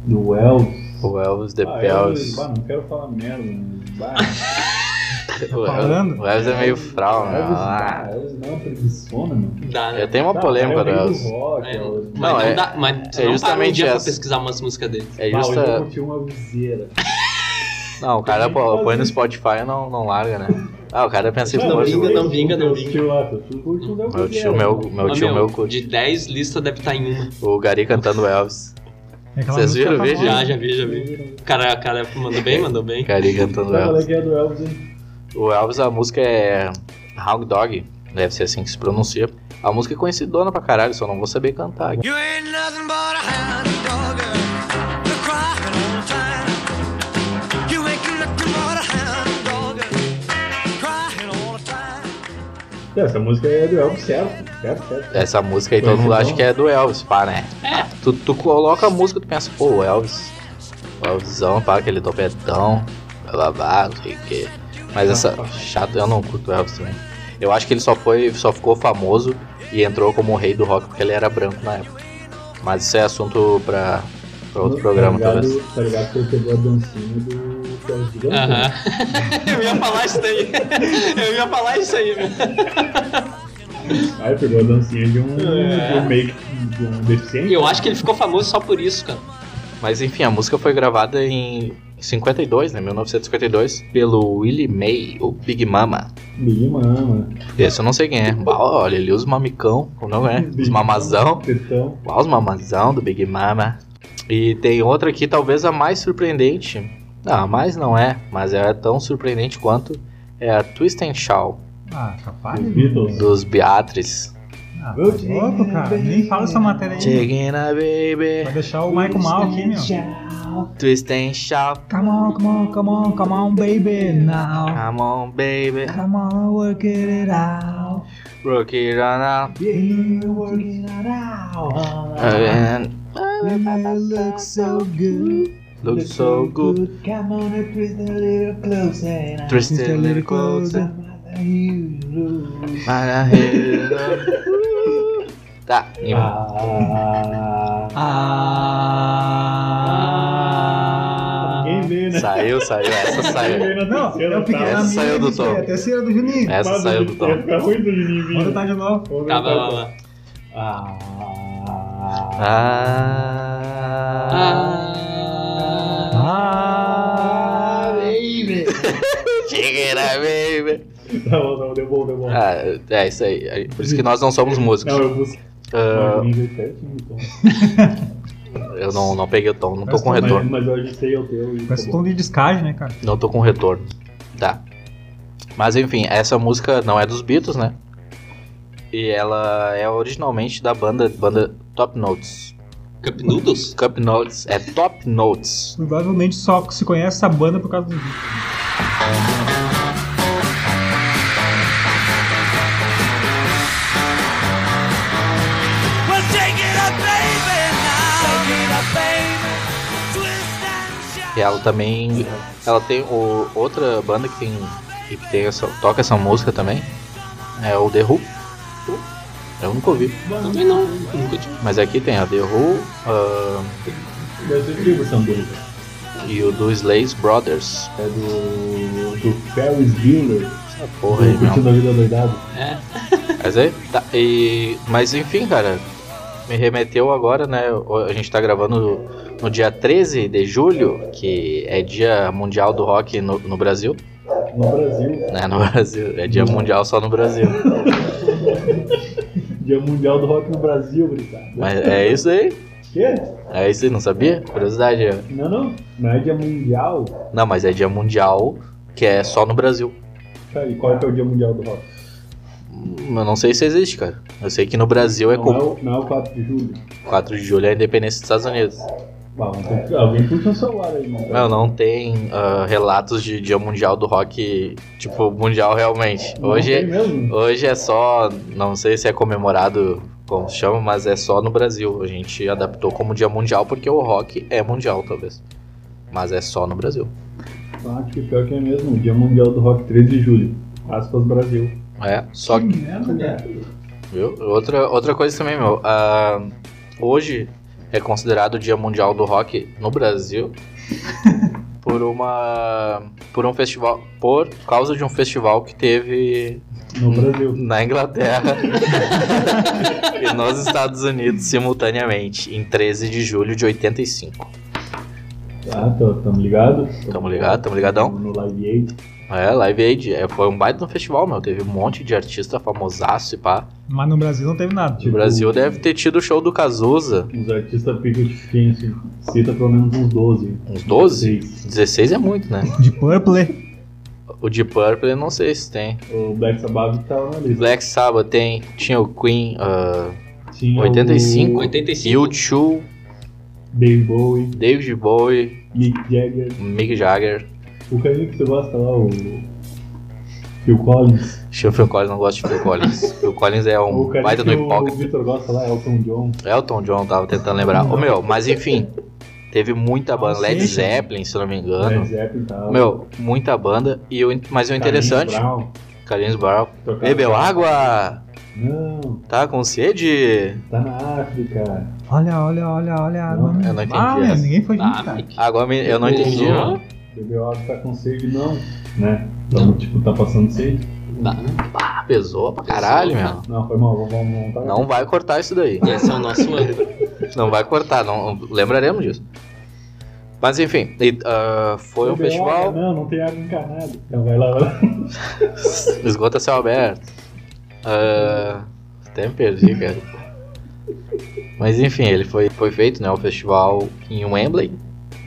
S1: Do Elvis.
S2: O Elvis The
S1: Ah,
S2: Pelvis.
S1: Elvis, bah, não quero falar merda. né? Bah,
S2: O Elvis,
S4: falando?
S2: o Elvis é meio frau, né?
S1: Elvis, tá.
S2: Ah,
S1: bah, Elvis não é uma preguiçona, mano.
S3: Dá, né?
S2: Eu tenho uma
S1: Bah,
S2: polêmica do
S1: é o rei
S2: Elvis.
S1: rock,
S3: É,
S1: Elvis.
S3: mas
S2: Não,
S3: não,
S2: é-
S3: dá,
S2: é
S3: mas você não parou um
S2: justamente
S3: dia
S2: essa.
S3: pra pesquisar umas músicas dele.
S2: É
S1: Bah, hoje Tá, eu
S2: justa.
S1: curti uma viseira.
S2: Não, o cara
S1: tem que
S2: pô, põe no
S1: fazer.
S2: Spotify e não, não larga, né? Ah, o cara pensa em
S3: Não,
S2: pôr.
S3: vinga,
S2: Meu
S3: não vinga, não vinga.
S1: Tio lá, teu tio curte um Del
S2: tio,
S1: Viseira.
S2: meu, meu
S3: Mas,
S2: tio, meu curte.
S3: de 10 listas deve estar em uma.
S2: O Gari cantando Elvis.
S4: É aquela
S2: Vocês
S4: música
S2: viram o vídeo?
S4: famosa.
S3: Já, já vi, já vi. O cara, o cara mandou bem, mandou bem.
S2: Gari cantando
S1: *laughs* Sabe qual é
S2: Elvis.
S1: que é do Elvis, hein?
S2: O Elvis, a música é Hound Dog, deve ser assim que se pronuncia. A música é conhecidona pra caralho, só não vou saber cantar.
S5: You ain't nothing but a hound dog, a crying all the time. You ain't nothing but a hound dog, crying all the time.
S1: Essa música é do Elvis, certo? Certo, certo.
S2: Essa música aí todo mundo acha que é do Elvis, pá, né? É. Tu, tu coloca a música e tu pensa, pô, o Elvis. O Elvisão, pá, aquele topetão, blá blá blá, não sei o quê. Mas essa. Chato, eu não curto o Elvis também. Eu acho que ele só foi. só ficou famoso e entrou como o rei do rock porque ele era branco na época. Mas isso é assunto pra, pra É outro programa,
S1: tá
S2: talvez.
S1: ligado, tá ligado que ele pegou a dancinha do Elvis Gigante, né?
S2: *laughs*
S3: Aham. Eu ia falar isso daí. Eu ia falar isso aí, meu.
S1: Aí Ah, pegou a dancinha de um, de um make de um deficiente.
S3: É. Eu acho que ele ficou famoso só por isso, cara.
S2: Mas enfim, a música foi gravada em 52, né? 1952, pelo Willie May, ou Big Mama.
S1: Big Mama,
S2: Esse eu não sei quem é. Bah, olha, ele usa os mamicão, como não é? Os mamazão.
S1: tetão.
S2: Bah, os mamazão do Big Mama. E tem outra aqui, talvez a mais surpreendente. Não, a mais não é, mas é tão surpreendente quanto. É a Twist and Shout,
S4: Ah, capaz.
S1: Os Beatles.
S2: dos Beatriz.
S4: Ah, tá louco, cara. Nem fala essa matéria aí.
S2: Cheguina, baby.
S4: Vai deixar o Michael mal aqui, meu.
S2: Twist and Shout,
S4: Come on, come on, come on, come on, baby, now.
S2: come on, baby.
S4: Come on, work it out.
S2: Rock it on out. Ah. And
S4: You look so good.
S2: looks so good.
S1: Come on and twist a little closer.
S2: Twist
S4: Just
S2: a
S4: a
S2: little
S4: little
S2: closer.
S4: closer.
S2: Tá, e-
S4: Ah.
S1: Ninguém vê, né?
S2: saiu, saiu, essa
S1: Ninguém vê
S2: saiu.
S1: na
S4: Não,
S1: terceira,
S4: eu fiquei
S1: tá?
S2: Essa
S4: na minha.
S2: saiu do
S4: eu fiquei,
S2: tom.
S4: A terceira do Juninho.
S2: Essa
S1: Mas
S2: saiu do
S1: Ia
S2: tom.
S1: ficar ruim do Juninho.
S4: Vamos tentar de novo.
S1: Vamos
S3: Tá, vai
S1: tentar.
S3: lá, vai lá.
S1: Ah.
S2: Ah,
S4: Ah.
S2: Cheguei na baby.
S1: Não, não, deu bom, deu bom.
S2: Ah, é isso aí. é Por isso que nós não somos músicos.
S1: Não, eu busquei.
S2: Ah,
S1: Mas ninguém fez certinho, então.
S2: eu não, não peguei o tom, não tô
S4: Mas
S2: com
S4: tá bem.
S2: retorno.
S1: Mas, mas eu ajustei o teu e
S4: Parece
S1: ficou
S4: tom
S1: bom.
S4: de descarte, né, cara?
S2: Não tô com retorno. Tá. Mas enfim, essa música não é dos Beatles, né? E ela é originalmente da banda, banda Top Notes.
S3: Cup Noodles?
S2: Cup Notes, é Top Notes.
S4: Provavelmente só se conhece essa banda por causa do vídeo.
S5: Well, take it up, baby, now. Take it up, baby. Twist and shout.
S2: E ela também. Ela tem o, outra banda que tem. que tem essa, toca essa música também. É o The Who. Eu nunca ouvi.
S3: Também não. Nunca tive.
S2: Mas aqui tem a The Who ah,
S1: Mas eu digo, são dois.
S2: e o do Slays Brothers.
S1: É do. do Ferris Bueller.
S2: Essa porra aí,
S1: do *laughs* Curtindo
S2: meu.
S1: a Vida Doidado.
S3: É.
S2: Mas, é, tá, e, mas enfim, cara. Me remeteu agora, né? o- A gente tá gravando no, no dia 13 de julho, que é dia mundial do rock no, no Brasil.
S1: No Brasil.
S2: Né, no *laughs* Brasil. É dia mundial só no Brasil.
S1: Dia Mundial do Rock no Brasil, gritado.
S2: Mas é isso aí.
S1: Quê?
S2: É isso aí, não sabia? Curiosidade. é.
S1: Não, não. Não é Dia Mundial.
S2: Não, mas é dia mundial, que é só no Brasil.
S1: Tá, e qual é, que é o Dia Mundial do Rock?
S2: Hum, Eu não sei se existe, cara. Eu sei que no Brasil é
S1: Não é,
S2: com
S1: o, não é o 4 de julho.
S2: 4 de julho é a independência dos Estados Unidos.
S1: Bah, então, alguém puxa o celular aí, mano.
S2: Não, não tem ah, relatos de dia mundial do rock, tipo, mundial realmente.
S1: Não tem
S2: Hoje,
S1: mesmo?
S2: hoje é só, não sei se é comemorado como se chama, mas é só no Brasil. A gente adaptou como dia mundial porque o rock é mundial, talvez. Mas é só no Brasil.
S1: Ah, que pior que é mesmo. Dia Mundial do Rock 13 de julho. Aspas Brasil.
S2: É, só que.
S1: merda, cara.
S2: Viu? Outra, outra coisa também, meu. ah, hoje é considerado o Dia Mundial do Rock no Brasil por uma. por um festival. por causa de um festival que teve
S1: No
S2: Hum.
S1: Brasil.
S2: na Inglaterra e nos Estados Unidos simultaneamente, em 13 de julho de 85.
S1: Ah, tô, tamo ligado?
S2: Tamo ligado, tamo ligadão.
S1: No Live Aid.
S2: É, Live Aid. é, foi um baita de um festival, meu. Teve um monte de artista famosaço e pá.
S4: Mas no Brasil não teve nada.
S2: O Brasil deve ter tido o show do Cazuza.
S1: Os artistas picos de fim, assim, cita pelo menos uns 12.
S2: Uns 12?
S1: Sim.
S2: 16 é muito, né?
S4: De Purple.
S2: O Deep Purple, eu não sei se tem.
S1: O Black Sabbath tava na lista.
S2: Black Sabbath tem. Tinha o Queen, uh,
S1: Tinha
S2: 85.
S1: O
S3: 85.
S2: U2,
S1: Dave Bowie,
S2: David Bowie,
S1: Mick Jagger.
S2: Mick Jagger.
S1: O carinha que você gosta lá, o. Phil Collins.
S2: Acho que o Phil Collins não gosta de Phil Collins.
S1: *laughs*
S2: Phil Collins é
S1: o
S2: um
S1: carinha
S2: baita do
S1: que o,
S2: hipócrita.
S1: o Victor gosta lá, Elton John.
S2: Elton John tava tentando lembrar. Ô meu, mas enfim. Teve muita banda. Led
S4: Sim.
S2: Zeppelin, se eu não me
S1: Led
S2: engano.
S1: Zeppelin tava.
S2: Meu, muita banda. E o, mas o interessante.
S1: Carlinhos
S2: Carlinhos Brown.
S1: Brown, tocava-
S2: Bebeu água!
S1: Não,
S2: Tá com sede?
S1: tá na África.
S4: Olha, olha, olha, olha.
S1: Não,
S4: mano.
S2: eu não entendi
S4: Ah,
S2: essa.
S4: meu, ninguém foi junto,
S3: Ah,
S4: cara.
S3: Mick.
S2: Agora me- eu não entendi.
S3: Não.
S2: né?
S1: Bebeu água, tá com sede, não. Né? Então, tipo, tá passando sede.
S3: Tá.
S2: Ah, pesou pra caralho, meu.
S1: Não, foi mal, vamos vamos montar.
S2: Não vai cortar isso daí.
S3: Esse é o nosso âncora.
S2: Não vai cortar, não lembraremos disso. Mas enfim, e, ah, foi um
S1: Bebeu água,
S2: festival.
S1: Não, não tem água encanada. Então vai lá, vai lá.
S4: né?
S2: Esgoto a céu aberto. Ah, até me perdi, cara. Mas enfim, ele foi, foi feito, né? O festival em Wembley.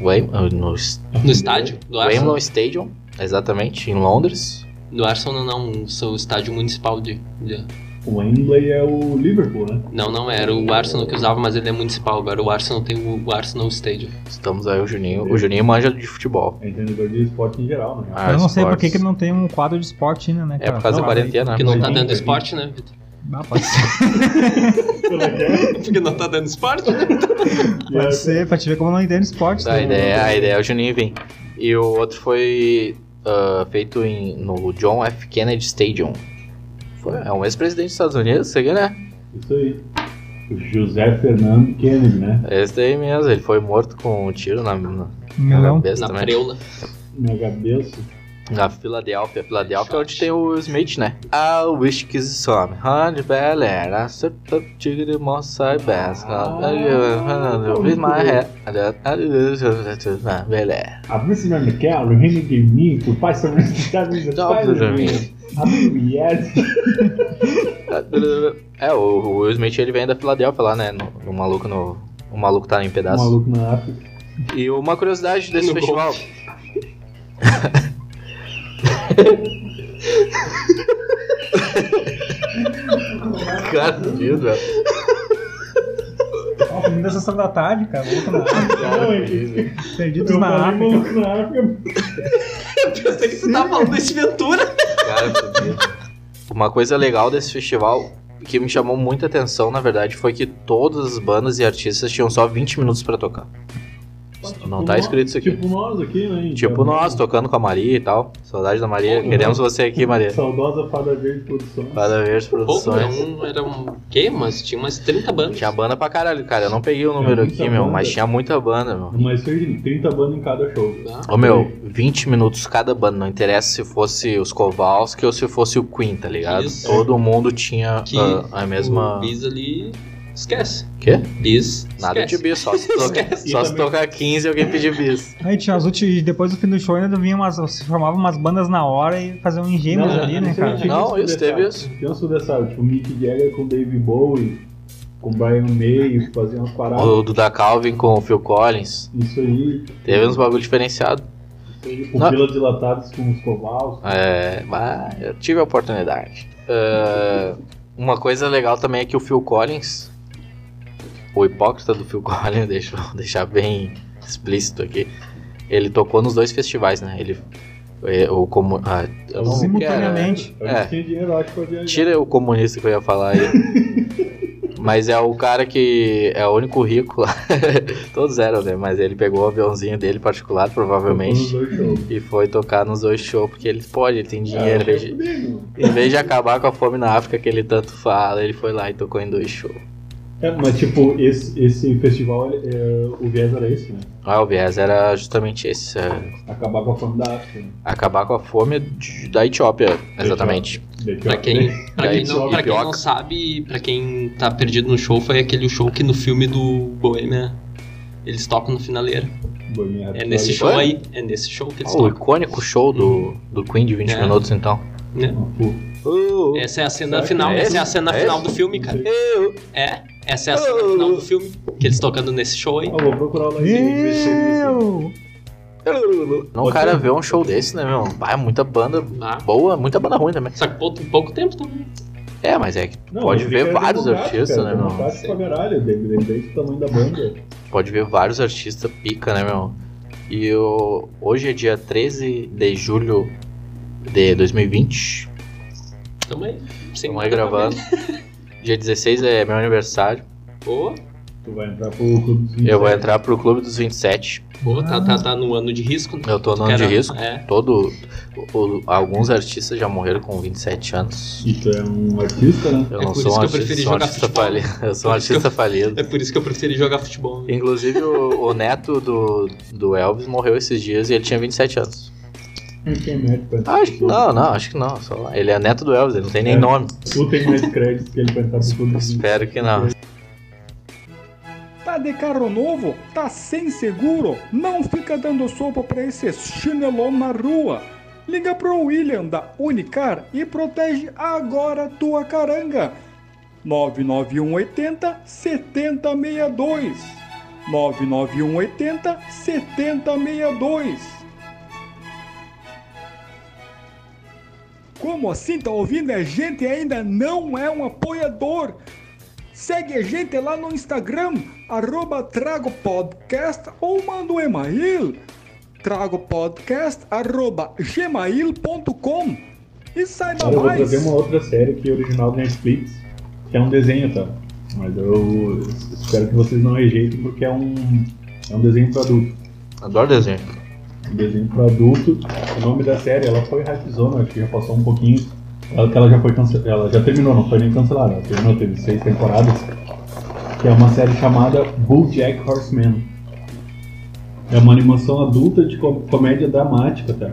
S2: Wem, ah, no S-
S3: No estádio, do Arsenal.
S2: Wembley Stadium, exatamente, em Londres.
S3: Do Arsenal não, sou o estádio municipal de, de-
S1: O Wembley é o Liverpool, né?
S3: Não, não era o Arsenal que usava, mas ele é municipal. Agora o Arsenal tem o, o Arsenal Stadium.
S2: Estamos aí, o Juninho. O Juninho manja de futebol.
S1: É entendedor de esporte em geral,
S2: *laughs*
S1: né?
S2: Ah,
S4: eu não sei por que,
S2: esportes.
S4: que não tem um quadro de esporte ainda, né?
S2: É
S4: Cara?
S2: por causa da
S4: Não,
S2: quarentena.
S3: Porque
S2: né?
S3: não tá
S1: Sim,
S3: dando
S1: sim.
S3: esporte, né, Vitor? *laughs*
S4: Ah, pode ser,
S3: Porque não tá dando esporte, né?
S1: Yeah.
S4: pode
S1: assim,
S4: ser, pra te ver como eu não entendo esporte.
S2: A
S4: né?
S2: ideia, a ideia é o Juninho vir. E o outro foi ah, feito em, no John F. Kennedy Stadium. Foi, é um ex-presidente dos Estados Unidos, você quer, né?
S1: Isso aí. O José Fernando Kennedy, né?
S2: É Esse daí mesmo, ele foi morto com um tiro na, na, na
S4: Milão.
S2: cabeça
S3: Na
S2: também.
S3: preula.
S1: Na cabeça.
S2: Na Filadélfia. Filadélfia é onde tem o Will Smith, né? I wish que se some. Hand beller. I set up chicken moss I best. With my head. I don't- I don't- I don't- I don't- Beller.
S1: A Priscila McKell, o Henry de mim, o pai sobre os Estados Unidos.
S2: Não, tudo
S1: um
S2: bem.
S1: A mulher.
S2: É, o o Will Smith ele vem da Filadélfia lá, né? No- O maluco no. O maluco tá em
S1: O
S2: pedaços.
S1: maluco na África.
S2: E uma curiosidade desse
S3: No gol.
S1: *laughs*
S2: festival. Cara, Deus, velho.
S4: Ó, comi da sessão da tarde, cara. Louco na África.
S1: Não, é ele-
S4: Perdidos
S1: eu
S4: na
S1: falei
S4: África.
S1: maluco na África.
S3: Pensei que tu tava falando desse Ventura.
S2: Cara, Deus. Uma coisa legal desse festival que me chamou muita atenção, na verdade, foi que todas as bandas e artistas tinham só 20 minutos pra tocar. Não tá escrito isso aqui.
S1: Tipo nós aqui, né? gente?
S2: Tipo nós, tocando com a Maria e tal. Saudade da Maria.
S1: Uhum.
S2: Queremos você aqui, Maria.
S1: Saudosa Fada Verde Produções.
S2: Para ver as
S3: Pouco, era
S2: produções.
S3: um, era um quê? Mas tinha umas 30 bandas.
S2: Tinha banda pra caralho, cara. Eu não peguei o número
S1: muita
S2: aqui, meu,
S1: banda.
S2: mas tinha muita banda, meu.
S1: Mas foi 30 bandas em cada show.
S3: Ah,
S2: Ô meu, 20 minutos cada banda, não interessa se fosse os Kowalski ou se fosse o Queen, tá ligado?
S3: Isso.
S2: Todo mundo tinha ah,
S3: Que
S2: a, a mesma.
S3: O Bis ali. Esquece.
S2: Quê?
S3: Bis.
S2: Nada de
S3: esquece.
S2: bis, só se, toca,
S3: Esquece.
S2: só se
S1: E também-
S2: tocar 15 e alguém pedir bis.
S4: Aí tinha as últimas. e Depois do fim do show ainda vinha umas. Se formavam umas bandas na hora e faziam em gêmeos
S1: Não,
S4: ali, né,
S1: isso
S4: cara?
S1: aí
S2: Não,
S1: tinha
S2: isso
S1: um detalhe.
S2: teve isso.
S1: Tinha uns dessa, tipo Mick Jagger com David Bowie, com Brian May, fazia umas paradas.
S2: O do da Calvin com o Phil Collins.
S1: Isso aí.
S2: Teve uns bagulho diferenciado.
S1: Com
S2: Não.
S1: Vila Dilatados com os Covals.
S2: É, mas eu tive a oportunidade. É, uma coisa legal também é que o Phil Collins, o hipócrita do Phil *laughs* Collins, deixa eu deixar bem explícito aqui, ele tocou nos dois festivais, né? Ele, é, o comu- ah, eu não quero-
S4: Então, Simultaneamente.
S1: Eu
S2: É.
S1: né? não tinha dinheiro, eu acho que eu viajava.
S2: Tira o comunista que eu ia falar aí. Mas é o cara que é o único rico lá. *laughs* Todos eram, né? Mas ele pegou o aviãozinho dele particular,
S1: Nos
S2: provavelmente.
S1: dois shows.
S2: E foi tocar nos dois shows, porque ele pode, ele tem dinheiro.
S1: Ah, eu
S2: ele-
S1: fudei, meu.
S2: em vez de acabar com a fome na África que ele tanto fala, ele foi lá e tocou em dois shows.
S1: É, mas tipo, esse, esse festival, ele- é, o viés era esse, né?
S2: Ah, o viés era justamente esse. é,
S1: Acabar com a fome da África. né?
S2: acabar com a fome de- da Etiópia, exatamente.
S1: Daí que
S3: Pra
S1: eu-
S3: quem, pra quem,
S2: Daí
S3: não, pra quem
S2: pioca.
S3: não sabe, pra quem tá perdido no show, foi aquele show que no filme do Bohemia eles tocam no finaleiro.
S1: Boa, minha
S3: É nesse
S2: Foi?
S3: show aí, é nesse show que eles
S2: o
S3: tocam.
S2: icônico show do, do Queen de 20
S3: É.
S2: minutos, então.
S3: né?
S1: Ah, pô.
S2: Uh,
S3: Essa é
S1: Será
S3: a cena
S1: que
S3: final,
S2: é
S3: essa é a
S2: esse?
S3: cena
S2: É
S3: final
S2: esse? Oh.
S3: do filme, cara.
S2: eu-
S3: É, essa é a cena final do filme, que eles tocando nesse show aí.
S1: Ah, vou procurar lá
S4: Eu!
S2: Não, o cara vê um show desse, né, meu? Ah, muita banda
S3: Ah,
S2: boa, muita banda ruim também.
S3: Só que pouco, pouco tempo também.
S2: É, mas é que pode ver vários artistas, né, meu?
S1: Fantástico pra caralho, David, depende do tamanho da banda.
S2: pode ver vários artistas pica, né, meu? E eu, hoje é dia 13 de julho de 2020.
S3: Tamo aí. Sem
S2: Estamos
S3: nada
S2: aí gravando.
S3: também.
S2: Dia 16 é meu aniversário.
S3: Boa,
S1: Tu vai entrar pro clube dos 27.
S2: Eu vou entrar pro Clube dos 27.
S3: boa, tá, tá, tá no ano de risco. né?
S2: Eu tô no ano
S3: Cara,
S2: de risco.
S3: É,
S2: Todo. o- alguns artistas já morreram com 27 anos.
S1: E tu é um artista, né?
S2: Eu
S3: É
S2: não
S3: por
S2: sou
S3: isso
S2: um
S3: que eu
S2: artista,
S3: preferi
S2: sou um
S3: jogar
S2: artista
S3: futebol.
S2: falido. *laughs* Eu sou um
S3: Por isso que eu-
S2: artista falido.
S3: é por isso que eu preferi jogar futebol. né?
S2: Inclusive, o, o neto do, do Elvis morreu esses dias e ele tinha 27 anos.
S1: Não tem mérito pra entrar
S4: Tá,
S2: Ah, acho que
S1: pro clube.
S2: não, não, acho que não. Só, ele é neto do Elvis, ele não tem nem
S1: É.
S2: nome.
S1: Tu tem mais créditos que ele pra entrar pro clube dos 27.
S2: Espero que não.
S6: Tá de carro novo? Tá sem seguro? Não fica dando sopa pra esse chinelão na rua. Liga pro William da Unicar e protege agora a tua caranga. 99180 7062. 99180 7062. Como assim tá ouvindo? A gente ainda não é um apoiador. Segue a gente lá no Instagram, arroba Trago Podcast ou manda um e-mail, tragopodcast arroba gmail.com e saiba
S1: Cara, eu vou
S6: mais.
S1: trazer uma outra série que é original do Netflix, que é um desenho, tá? Mas eu espero que vocês não rejeitem, porque é um, é um desenho pra adulto.
S2: Adoro desenho.
S1: Um desenho pra adulto. O nome da série, ela foi Hypezona, acho que já passou um pouquinho. Ela, ela já foi cancelada, ela já terminou, não foi nem cancelada. Ela terminou, teve seis temporadas. Que é uma série chamada BoJack Horseman. É uma animação adulta de com- comédia dramática, tá?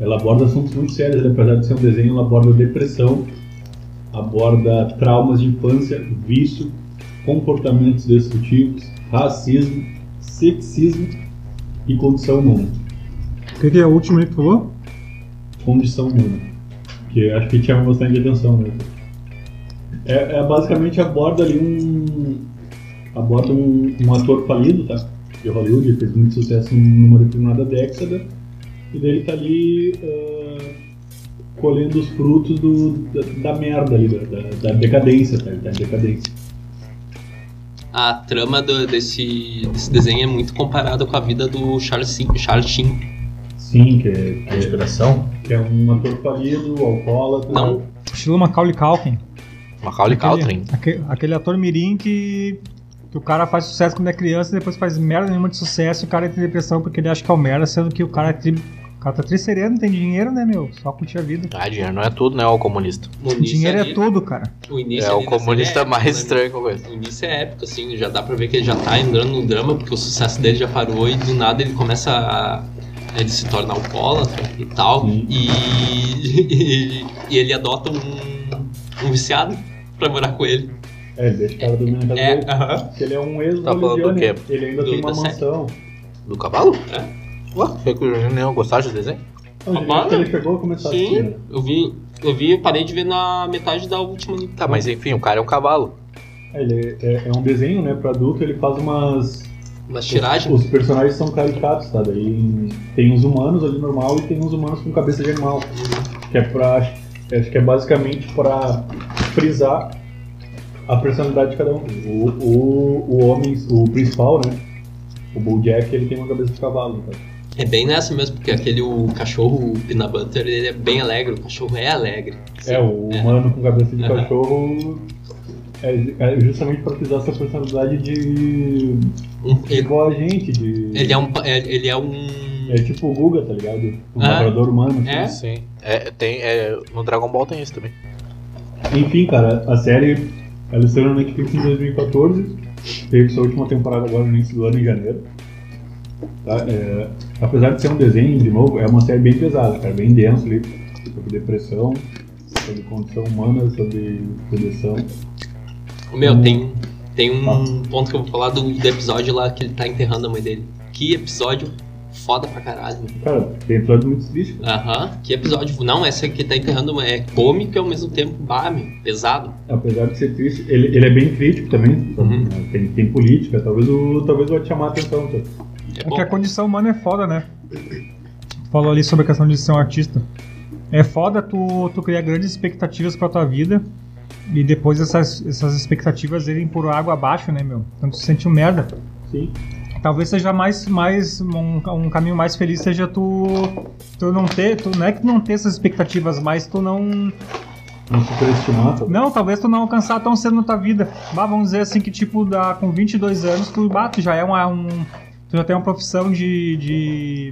S1: Ela aborda assuntos muito sérios, né? apesar de ser um desenho, ela aborda depressão, aborda traumas de infância, vício, comportamentos destrutivos, racismo, sexismo e condição humana
S4: O que, que é o último aí que tu falou?
S1: condição humana. Que eu acho que chama bastante atenção mesmo. É, é basicamente aborda ali um. aborda um, um ator falido, tá? De Hollywood, fez muito sucesso numa determinada década. E daí ele tá ali ah, colhendo os frutos do, da, da merda ali, da, da- da decadência, tá? Ele tá em decadência.
S3: A trama do- desse, desse desenho é muito comparada com a vida do Charles Sheen- Charles Sheen.
S1: Sim, que é,
S2: Inspiração?
S1: que é um ator falido, alcoólatra.
S3: Não.
S4: Estilo Macaulay Culkin.
S2: Macaulay Culkin.
S4: Aquele, aquele ator mirim que, que o cara faz sucesso quando é criança e depois faz merda nenhuma de sucesso e o cara entra em depressão porque ele acha que é o merda, sendo que o cara, é tri, o cara tá tricerendo, não tem dinheiro, né, meu? Só curtir a vida.
S2: Ah, dinheiro não é tudo, né, o comunista.
S3: O início
S4: dinheiro
S3: ali-
S4: é tudo, cara.
S3: O
S2: é
S3: início ali
S2: o
S3: da série
S2: comunista
S3: é épico,
S2: mais
S3: né?
S2: estranho que eu conheço.
S3: O início é épico, assim, já dá pra ver que ele já tá entrando no drama, porque o sucesso dele já parou e do nada ele começa a. ele se torna alcoólatra e *laughs* tal.
S1: Sim.
S3: E, e ele adota um, um viciado pra morar com ele.
S1: É, ele deixa o cara dormindo na casa
S3: É,
S1: dele.
S3: aham.
S1: Ele é um
S2: Tá falando do
S1: ex-religiano,
S2: quê?
S1: ele ainda
S3: Do-
S1: tem uma
S3: da série?
S1: mansão.
S2: Do cavalo? É. Ué, achei que o Juninho não gostava de desenho?
S1: Não,
S3: Ah,
S1: gente,
S3: para?
S1: ele chegou a
S3: Tá
S1: começar assim, né?
S3: Sim, eu vi. Eu vi e parei de ver na metade da última.
S2: Tá, mas enfim, o cara é um cavalo.
S1: Ele é, é um desenho, né, pra adulto, ele faz umas...
S3: Uma tiragem.
S1: Os, os personagens são caricatos, tá? Daí tem os humanos ali normal e tem os humanos com cabeça de animal. Que é pra... Acho que é basicamente pra frisar a personalidade de cada um. O, o, o homem, o principal, né? O Bojack, ele tem uma cabeça de cavalo, tá?
S3: É bem nessa mesmo, porque aquele o cachorro, o Peanut Butter, ele é bem alegre, o cachorro é alegre.
S1: É, o humano com cabeça de
S3: Aham.
S1: cachorro É, é justamente pra precisar essa personalidade de.
S3: Um-
S1: de
S3: ele,
S1: igual a gente, de.
S3: ele é um. pa- é- Ele é um.
S1: É tipo o Guga, tá ligado? Um
S3: Ah.
S1: labrador humano. assim.
S3: É?
S2: Sim. É, tem, é, no Dragon Ball tem isso também.
S1: Enfim, cara, a série ela estreou na Netflix em 2014, teve sua última temporada agora no início do ano, em janeiro. Tá? É, apesar de ser um desenho, de novo, é uma série bem pesada, cara, bem densa ali, sobre depressão, sobre condição humana, sobre sedução.
S3: Meu, tem, tem um
S4: Ah.
S3: ponto que eu vou falar do, do episódio lá que ele tá enterrando a mãe dele. Que episódio foda pra caralho.
S1: Cara, tem episódio muito triste, cara.
S3: Aham, que episódio. Não, essa que tá enterrando a mãe é cômico e ao mesmo tempo, bah, meu, pesado.
S1: apesar de ser triste, ele, ele é bem crítico também, sabe?
S3: Uhum.
S1: tem, tem política, talvez o talvez vai te chamar a atenção, tá? cara.
S3: É
S4: É
S3: bom.
S4: que a condição humana é foda, né? Tu Falou ali sobre a questão de ser um artista. É foda tu, tu criar grandes expectativas pra tua vida e depois essas, essas expectativas irem por água abaixo, né, meu? Então tu se sente um merda.
S1: Sim.
S4: Talvez seja mais, mais um, um caminho mais feliz seja tu, tu não ter, tu não é que não ter essas expectativas, mas tu não,
S1: Não tá? superestimar, sabe?
S4: não, talvez tu não alcançar tão cedo na tua vida. Bah, vamos dizer assim que tipo dá com 22 anos tu, bah, tu já é uma, um, tu já tem uma profissão de, de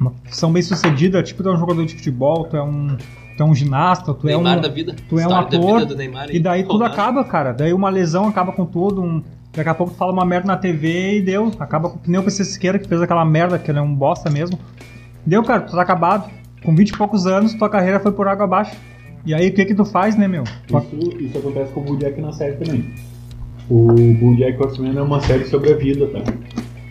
S4: uma profissão bem sucedida, tipo tu é um jogador de futebol, tu é um, tu é um ginasta, tu é um
S3: Neymar da né? vida.
S4: tu é um
S3: História da
S4: ator,
S3: vida do Neymar
S4: e daí tudo
S3: Ronaldo.
S4: acaba, cara. Daí uma lesão acaba com tudo. Um... Daqui a pouco tu fala uma merda na TV e deu. Acaba com que nem o PC Siqueira que fez aquela merda, que ele é um bosta mesmo. Deu, cara, tu tá acabado. Com 20 e poucos anos, tua carreira foi por água abaixo. E aí o que que tu faz, né, meu? Tu ac-
S1: Isso, isso acontece com o Bojack na série também. O Bojack Horseman é uma série sobre a vida, tá?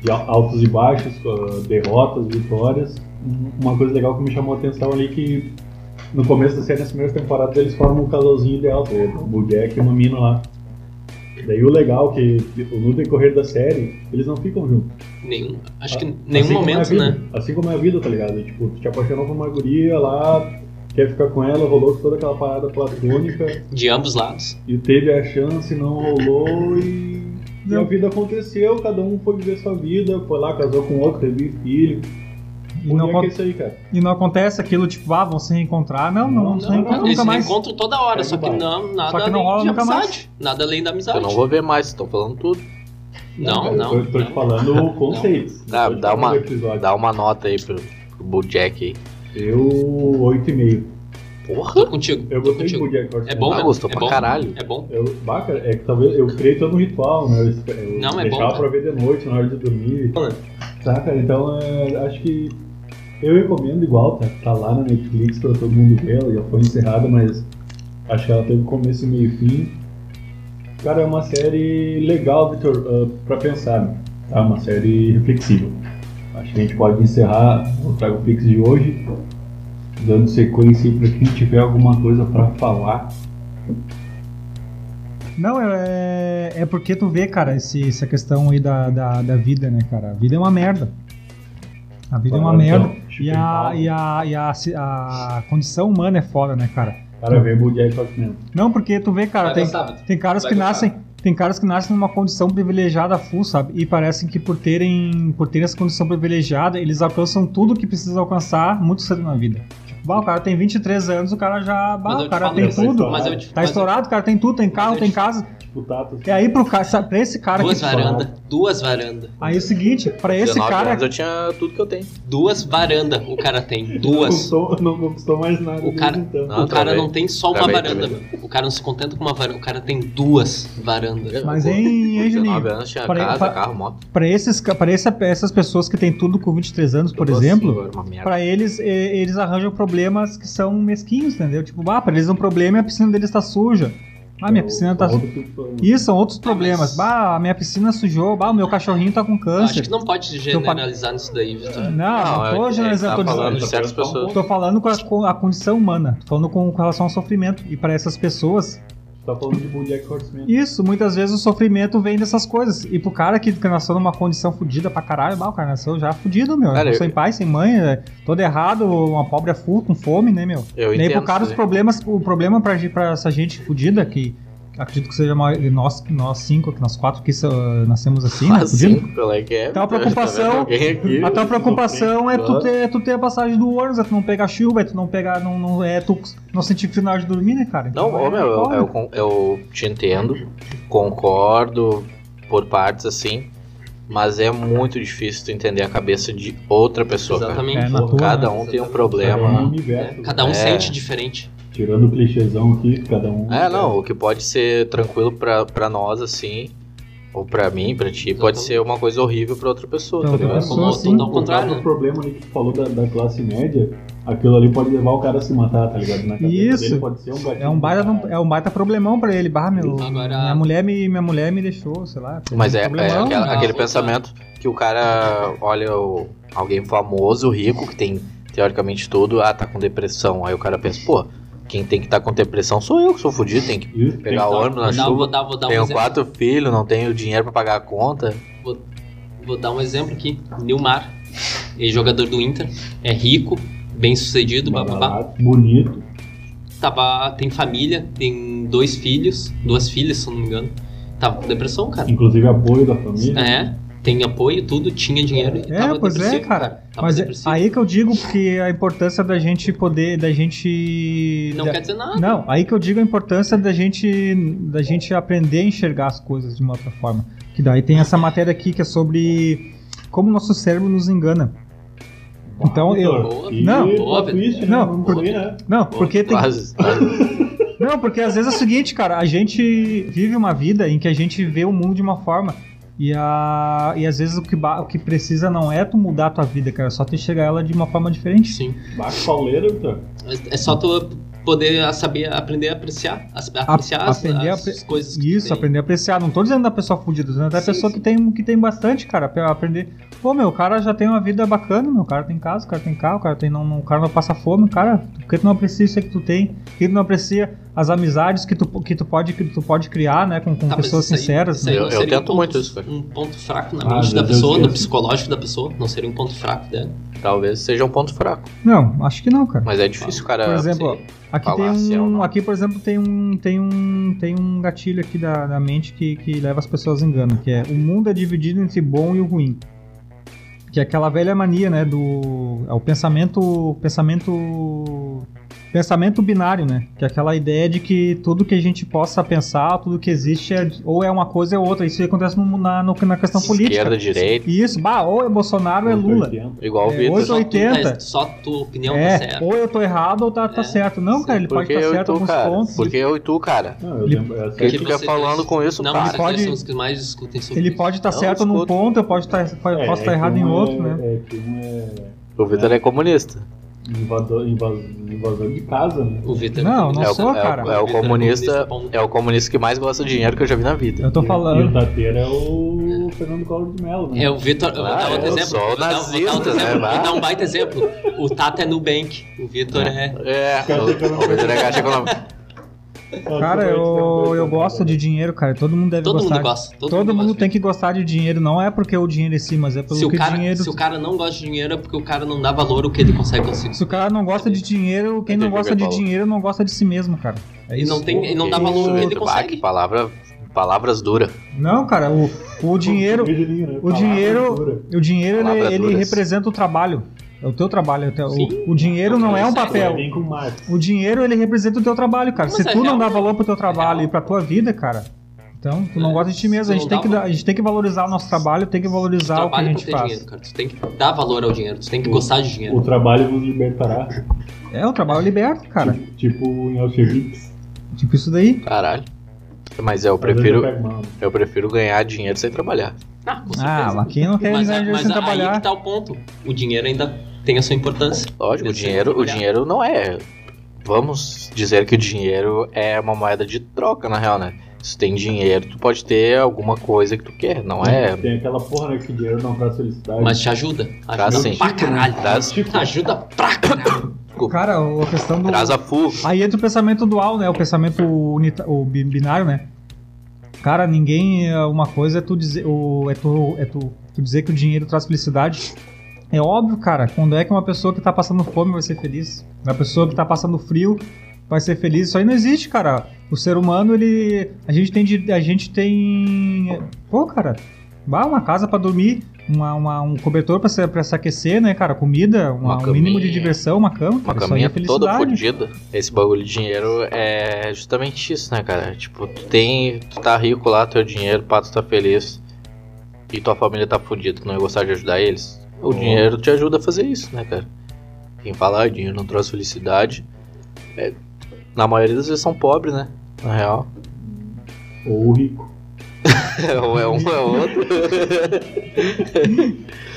S1: De al- altos e baixos, ah, derrotas, vitórias. Um- Uma coisa legal que me chamou a atenção ali é que no começo da série, nas primeiras temporadas, eles formam um casalzinho ideal, tá? ligado? o Bojack e uma mina lá. Daí o legal é que no decorrer da série, eles não ficam juntos.
S3: Nenhum, acho que
S4: Ah, tá
S1: Assim
S3: nenhum
S1: como é a
S3: momento,
S1: vida.
S3: né?
S1: Assim como é a vida, tá ligado? Tipo, tu te apaixonou por uma guria lá, quer ficar com ela, rolou toda aquela parada platônica.
S3: De ambos lados.
S1: E teve a chance, não rolou e... e a
S4: Não.
S1: vida aconteceu, cada um foi viver sua vida, foi lá, casou com outro, teve filho.
S4: E
S1: Onde
S4: não,
S1: é que é
S4: acon-
S1: isso aí, cara?
S4: e não acontece aquilo, tipo, ah, vão se reencontrar. Não, não,
S1: Não,
S4: não se
S1: não,
S4: reencontra
S1: não,
S3: Eles
S4: nunca
S3: se
S4: mais. É
S3: encontram toda hora, só que
S1: Vai.
S3: não, nada
S4: Só que não
S3: além
S4: rola
S3: de
S4: nunca mais.
S3: amizade. Nada além da amizade.
S2: Eu não vou ver mais, estão falando tudo.
S3: Não,
S1: cara,
S3: não.
S1: Eu tô, tô te
S3: não.
S1: falando o conceito.
S2: Dá-
S1: Tô te
S2: dá
S1: falando
S2: uma-
S1: do episódio.
S2: Dá uma nota aí pro, pro Bojack aí.
S1: Eu, 8,5.
S3: Tô contigo.
S1: Eu
S3: tô
S1: gostei de
S3: contigo.
S1: Bojack Horseman.
S3: É bom,
S2: Ah,
S3: meu.
S2: gostou
S3: é
S2: pra
S3: bom.
S2: caralho.
S3: É bom.
S1: Eu, bah, cara, é que talvez eu criei todo um ritual, né? Eu, eu
S3: Não, é bom,
S1: deixava
S3: cara.
S1: pra ver de noite, na hora de dormir.
S3: Bom, né?
S1: Tá, cara, então é, acho que eu recomendo igual, tá? Tá lá na Netflix pra todo mundo ver, ela já foi encerrada, mas acho que ela teve começo, meio e fim. Cara, é uma série legal, Vitor, ah, pra pensar, né? tá? Uma série reflexiva. Acho que a gente pode encerrar o Trago Pix de hoje, dando sequência aí pra quem tiver alguma coisa pra falar.
S4: Não, é, é porque tu vê, cara, esse- essa questão aí da, da, da vida, né, cara? A vida é uma merda. A vida é uma
S1: Então,
S4: merda.
S1: Chico
S4: E a,
S1: Paulo,
S4: e, a, e a, ci- a condição humana é foda, né, cara?
S1: Cara, vem o Jack Horseman.
S4: Não, porque tu vê, cara,
S3: Vai
S4: tem,
S3: gostar, Vitor.
S4: tem caras
S3: Vai
S4: que
S3: gostar.
S4: nascem. Tem caras que nascem numa condição privilegiada full, sabe? E parecem que por terem, por terem essa condição privilegiada, eles alcançam tudo que precisa alcançar muito cedo na vida. Tipo, bah, o cara tem 23 anos, o cara já. Bah,
S3: Mas eu
S4: o
S3: te
S4: cara
S3: falo,
S4: tem
S1: tá
S4: tudo.
S1: estourado.
S3: Mas eu te
S4: Tá
S3: mas eu-
S4: estourado, o cara tem tudo, tem
S3: Mas
S4: carro,
S3: eu
S4: tem
S3: te-
S4: casa.
S1: Disputado.
S4: É aí pro cara, sabe, pra esse cara
S3: Duas
S4: que.
S3: varandas. Duas varandas.
S4: Aí é o seguinte, pra esse
S2: 19
S4: cara.
S2: anos eu tinha tudo que eu tenho.
S3: Duas varandas o cara tem. Duas.
S1: Não conquistou, não conquistou mais nada.
S3: O cara-
S1: desde então.
S2: Ah,
S3: o cara
S2: travei.
S3: não tem só uma
S2: Travei,
S3: varanda, mano. O cara não se contenta com uma varanda. O cara tem duas varandas.
S4: Mas, hein, hein, Juninho?
S2: 19 anos tinha
S4: Pare-
S2: casa,
S4: pa-
S2: carro, moto.
S4: Pra, esses, ca- pra essa- essas pessoas que têm tudo com 23 anos, por
S2: Eu tô assim,
S4: exemplo,
S2: agora, uma merda.
S4: pra eles, eh, eles arranjam problemas que são mesquinhos, entendeu? Tipo, ah, pra eles é um problema e a piscina deles tá suja. Ah, minha piscina tá suja. Isso, são outros
S3: mas-
S4: problemas. Bah, a minha piscina sujou. Bah, o meu cachorrinho tá com
S3: Eu Acho
S4: câncer.
S3: que não pode generalizar nisso daí, Vitor.
S4: Não, não,
S2: é-
S4: tô
S2: é que
S4: generalizando,
S2: tá
S4: tô dizendo-
S2: falando de
S1: Tá
S2: certas
S1: falando-
S2: pessoas.
S4: Tô falando com a, com a condição humana, tô falando com, com relação ao sofrimento. E pra essas pessoas,
S1: Tá falando de Bojack Horseman.
S4: Isso, muitas vezes o sofrimento vem dessas coisas. E pro cara que nasceu numa condição fodida pra caralho, mal, o cara nasceu já fudido, meu.
S2: Cara,
S4: Nasceu
S2: eu-
S4: sem pai, sem mãe, né? todo errado, uma pobre é full, com fome, né, meu?
S2: Eu
S4: e aí
S2: entendo. *laughs*
S4: pro cara os
S2: isso aí.
S4: problemas, o problema pra, gen- pra essa gente fudida que acredito que seja mais, nós, nós cinco, que nós quatro que isso, ah, nascemos assim,
S2: *laughs*
S4: né?
S2: Ah,
S4: Podia-
S2: sim, qual é que é?
S4: Tem uma preocupação- então
S2: Tá vendo alguém aqui?
S4: A tua preocupação é tu
S2: Claro.
S4: ter, tu ter a passagem do ônibus, é tu não pegar chuva, é tu não pegar, não, não, é tu não sentir final de dormir, né, cara?
S2: Não, ô, meu, é eu, eu con- eu te entendo, concordo por partes assim, mas é muito difícil tu entender a cabeça de outra pessoa. cara.
S3: Exatamente.
S4: É, na tua,
S2: Cada um tem um problema.
S1: universo.
S3: Cada um
S2: É.
S3: sente diferente.
S1: Tirando o clichêzão aqui, cada um.
S2: É, não, o que pode ser tranquilo pra, pra nós, assim, ou pra mim, pra ti, pode
S3: Exatamente.
S2: ser uma coisa horrível pra outra pessoa,
S4: Pra
S2: tá
S4: outra
S2: ligado?
S4: pessoa,
S1: Mas,
S4: sim.
S1: ao contrário.
S3: Sim.
S1: O problema ali que tu falou da, da classe média, aquilo ali pode levar o cara a se matar, tá ligado? Na cabeça
S4: Isso.
S1: dele pode ser um gatilho.
S4: É um baita, é um baita problemão pra ele, barra meu.
S3: Agora-
S4: Minha mulher me, minha mulher me deixou, sei lá. teve
S2: Tá Mas
S4: um
S2: é, é
S4: problemão.
S2: aquela-
S3: né?
S2: aquele pensamento que o cara olha o- alguém famoso, rico, que tem teoricamente tudo, ah, tá com depressão. Aí o cara pensa, pô, quem tem que estar tá com depressão sou eu que sou fudido, tem que
S1: Isso, tem
S2: pegar ônibus na
S3: Vou dar-
S2: chuva.
S3: vou dar- vou dar um
S2: Tenho
S3: exemplo.
S2: quatro filhos, não tenho dinheiro pra pagar a conta.
S3: Vou dar um exemplo aqui. Nilmar, é jogador do Inter, é rico, bem sucedido, bababá.
S1: badalado, um bonito.
S3: Tava, Tá, tem família, tem dois filhos, duas filhas, se eu não me engano. Tava com depressão, cara.
S1: Inclusive apoio da família.
S3: É, tem apoio, tudo, tinha dinheiro. E
S4: É,
S3: tava
S4: pois é,
S3: depressivo,
S4: cara.
S2: tá
S3: Tava
S4: Mas é-
S3: depressivo.
S4: aí que eu digo porque a importância da gente poder, da gente.
S3: Não
S4: da-
S3: quer dizer nada.
S4: Não, aí que eu digo a importância da gente, da gente aprender a enxergar as coisas de uma outra forma. Que daí tem essa matéria aqui que é sobre como o nosso cérebro nos engana. Então eu.
S1: Vitor,
S3: eu-
S1: e
S4: Não.
S1: plot twist, né?
S4: Não,
S1: Vamos
S3: porque-
S1: ver, né?
S4: Não, porque tem,
S2: Quase. quase.
S4: Não, porque às vezes é o seguinte, cara, a gente vive uma vida em que a gente vê o mundo de uma forma e, a, e às vezes o que, ba- o que precisa não é tu mudar a tua vida, cara, é só tu enxergar ela de uma forma diferente.
S3: Sim.
S1: Baixa pauleira, Vitor.
S3: É só tu poder saber, aprender a apreciar, a- apreciar as,
S4: aprender a
S3: as
S4: apre-
S3: coisas que
S4: Isso,
S3: tu tem.
S4: aprender a apreciar. Não tô dizendo da pessoa fudida, tô dizendo da
S3: Sim,
S4: pessoa
S3: sim.
S4: que tem, que tem bastante, cara, pra aprender. Pô, meu, o cara já tem uma vida bacana, meu, o cara tem casa, o cara tem carro, o cara, tem, não, não- o cara não passa fome, cara, por que tu não aprecia isso aí que tu tem? Por que tu não aprecia as amizades que tu, que tu, pode, que tu pode criar, né, com, com
S3: Tá, mas
S4: pessoas
S3: isso aí-
S4: sinceras?
S3: isso aí
S4: né?
S3: não
S2: Eu- eu
S3: seria um
S2: tento
S3: ponto-
S2: muito isso, cara.
S3: Um ponto fraco na
S1: Ah,
S3: mente
S1: meu
S3: da
S1: Deus,
S3: pessoa, no
S1: Deus.
S3: psicológico da pessoa, não seria um ponto fraco dela.
S2: Talvez seja um ponto fraco.
S4: Não, acho que não, cara.
S2: Mas é difícil o cara.
S4: Por exemplo, ó, aqui
S2: falar se
S4: tem
S2: é ou
S4: um,
S2: não.
S4: aqui por exemplo tem um, tem um, tem um gatilho aqui da, da mente que, que leva as pessoas a engano, que é o mundo é dividido entre o bom e o ruim. Que é aquela velha mania, né, do é o pensamento, pensamento pensamento binário, né? Que é aquela ideia de que tudo que a gente possa pensar, tudo que existe é, ou é uma coisa ou outra. Isso acontece no- na, no- na questão
S2: esquerda,
S4: política.
S2: direita,
S4: E isso, bah, ou é Bolsonaro ou é Lula.
S1: 80.
S2: igual o
S4: É,
S2: Vitor.
S4: hoje eu- 80.
S3: Tu tá- só tua opinião tá
S4: É,
S3: certa.
S4: ou eu tô errado ou tá, tá
S3: É,
S4: certo. Não, cara, ele pode
S2: Porque
S4: estar
S2: eu e
S4: certo em
S2: tu,
S4: alguns
S2: cara.
S4: pontos.
S2: Porque eu e tu, cara.
S1: Não, eu lembro. é,
S2: O
S1: essa
S2: que
S1: aí
S3: Que
S2: tu quer
S3: vocês
S2: falando
S3: dois-
S2: com isso,
S3: Não,
S2: cara?
S3: vocês
S4: pode-
S3: dois são os que mais discutem sobre
S4: Ele
S3: isso.
S4: pode estar
S2: Não,
S4: certo num
S2: escuta.
S4: ponto, eu posso estar,
S1: É,
S4: posso
S1: é
S4: estar
S1: que
S4: errado em
S1: um é-
S4: outro, né?
S1: É que um é
S2: O Vitor é comunista.
S1: invasor, invas- invasor de casa, né?
S3: O Vitor
S4: Não, não
S2: é, o,
S4: sou,
S2: é o-
S4: cara.
S2: é o
S3: Vitor é
S2: comunista.
S3: comunista,
S2: É o comunista que mais gosta de dinheiro que eu já vi na vida.
S4: Eu tô
S1: E- E o
S4: falando.
S1: Tateira é o Fernando Collor de Mello, né?
S3: É o Vitor. eu vou
S2: Ah,
S3: dar outro
S2: eu
S3: exemplo.
S2: sou
S3: vou, dar, vou dar
S2: nazista,
S3: um outro
S2: né,
S3: exemplo.
S2: vai.
S3: Vou dar um baita exemplo. O Tata é Nubank. O Vitor é.
S2: É,
S1: Caixa
S2: o, o
S1: econômica.
S2: Vitor é caixa econômica.
S1: Nossa,
S4: Cara,
S1: foi isso,
S4: eu,
S1: né?
S4: eu gosto de dinheiro, cara. Todo mundo deve
S3: Todo
S4: gostar.
S3: mundo gosta. Todo,
S4: Todo, mundo
S3: gosta.
S4: tem que gostar de dinheiro. Não é porque o dinheiro em si, mas é pelo
S3: Se o,
S4: que
S3: cara,
S4: dinheiro.
S3: se o cara não gosta de dinheiro é porque o cara não dá valor ao que ele consegue conseguir.
S4: Se o cara não gosta de dinheiro, quem
S2: Entendi
S4: não
S2: o que
S4: gosta
S2: ele
S4: de
S2: falou.
S4: dinheiro não gosta de si mesmo, cara. É
S3: E
S4: isso.
S3: não, tem, e não dá
S2: Que
S3: valor ao
S2: isso,
S3: que ele
S2: Vitor, bah, que
S3: consegue.
S2: palavra, palavras duras.
S4: Não, cara, o, o dinheiro.
S1: Virgininho, né?
S4: o
S1: Palavra
S4: dinheiro- é
S1: dura.
S4: O dinheiro
S2: Palavras
S4: ele, ele
S2: duras.
S4: representa o trabalho. É o teu trabalho. é o teu-
S3: Sim.
S4: o, o dinheiro não é um papel.
S1: Vem com Marx.
S4: O dinheiro ele representa o teu trabalho, cara.
S3: Mas
S4: Se
S3: é
S4: tu não
S3: real,
S4: dá
S3: né?
S4: valor pro teu trabalho
S3: real.
S4: e pra tua vida, cara, então tu não
S3: É,
S4: gosta de ti mesmo. A
S3: se
S4: gente,
S3: não
S4: tem
S3: dá
S4: que, dar- a gente tem que valorizar o nosso trabalho, tem que valorizar o que a
S3: Trabalha pra
S4: gente
S3: ter
S4: faz.
S3: dinheiro, cara. Tu tem que dar valor ao dinheiro. Tu tem que gostar de dinheiro.
S1: O trabalho vos libertará.
S4: É, o trabalho liberta, cara.
S1: Tipo, tipo em Auschwitz.
S4: Tipo isso daí.
S2: Caralho. Mas é, eu
S1: Às vezes eu
S2: prefiro,
S1: pego mal.
S2: eu prefiro ganhar dinheiro sem trabalhar.
S3: Ah, com certeza.
S4: Ah, mas quem não quer
S3: mas
S4: ganhar dinheiro
S3: mas
S4: sem
S3: aí
S4: trabalhar?
S3: que tá o ponto. O dinheiro ainda tem a sua importância.
S2: Lógico, o
S3: Sem
S2: dinheiro, o
S3: trabalhar.
S2: dinheiro não é. Vamos dizer que o dinheiro é uma moeda de troca, na real, né? Se tu tem dinheiro, tu pode ter alguma coisa que tu quer, não é?
S1: Tem aquela porra, né? Que dinheiro não traz felicidade.
S3: Mas te ajuda.
S2: Traz Tá
S3: Ajuda
S2: sim.
S3: pra caralho.
S2: Traz.
S3: Te Ajuda pra caralho.
S4: Cara, a questão do.
S2: Traz a fuga.
S4: Aí entra o pensamento dual, né? O pensamento unita... o bi- binário, né? Cara, ninguém. é Uma coisa é tu dizer. O... É, tu... é tu... tu dizer que o dinheiro traz felicidade. É óbvio, cara. Quando é que uma pessoa que tá passando fome vai ser feliz? Uma pessoa que tá passando frio vai ser feliz? Isso aí não existe, cara. O ser humano, ele. A gente tem. de- A gente tem. Pô, cara, bah, uma casa pra dormir, uma, uma- um cobertor pra se, pra se aquecer, né, cara? Comida, uma-
S2: Uma
S4: um mínimo de
S2: caminha.
S4: diversão, uma cama.
S2: Uma
S4: cara, isso aí
S2: caminha
S4: é felicidade.
S2: toda fodida. Esse bagulho de dinheiro é justamente isso, né, cara? Tipo, tu tem. Tu tá rico lá, teu dinheiro, pá, tu tá feliz. E tua família tá fodida, tu não ia gostar de ajudar eles. O dinheiro te ajuda a fazer isso, né, cara? Quem fala, ah, dinheiro não traz felicidade. é, na maioria das vezes são pobres, né? Na real.
S1: Ou o rico.
S2: *laughs* É um é, um, é outro.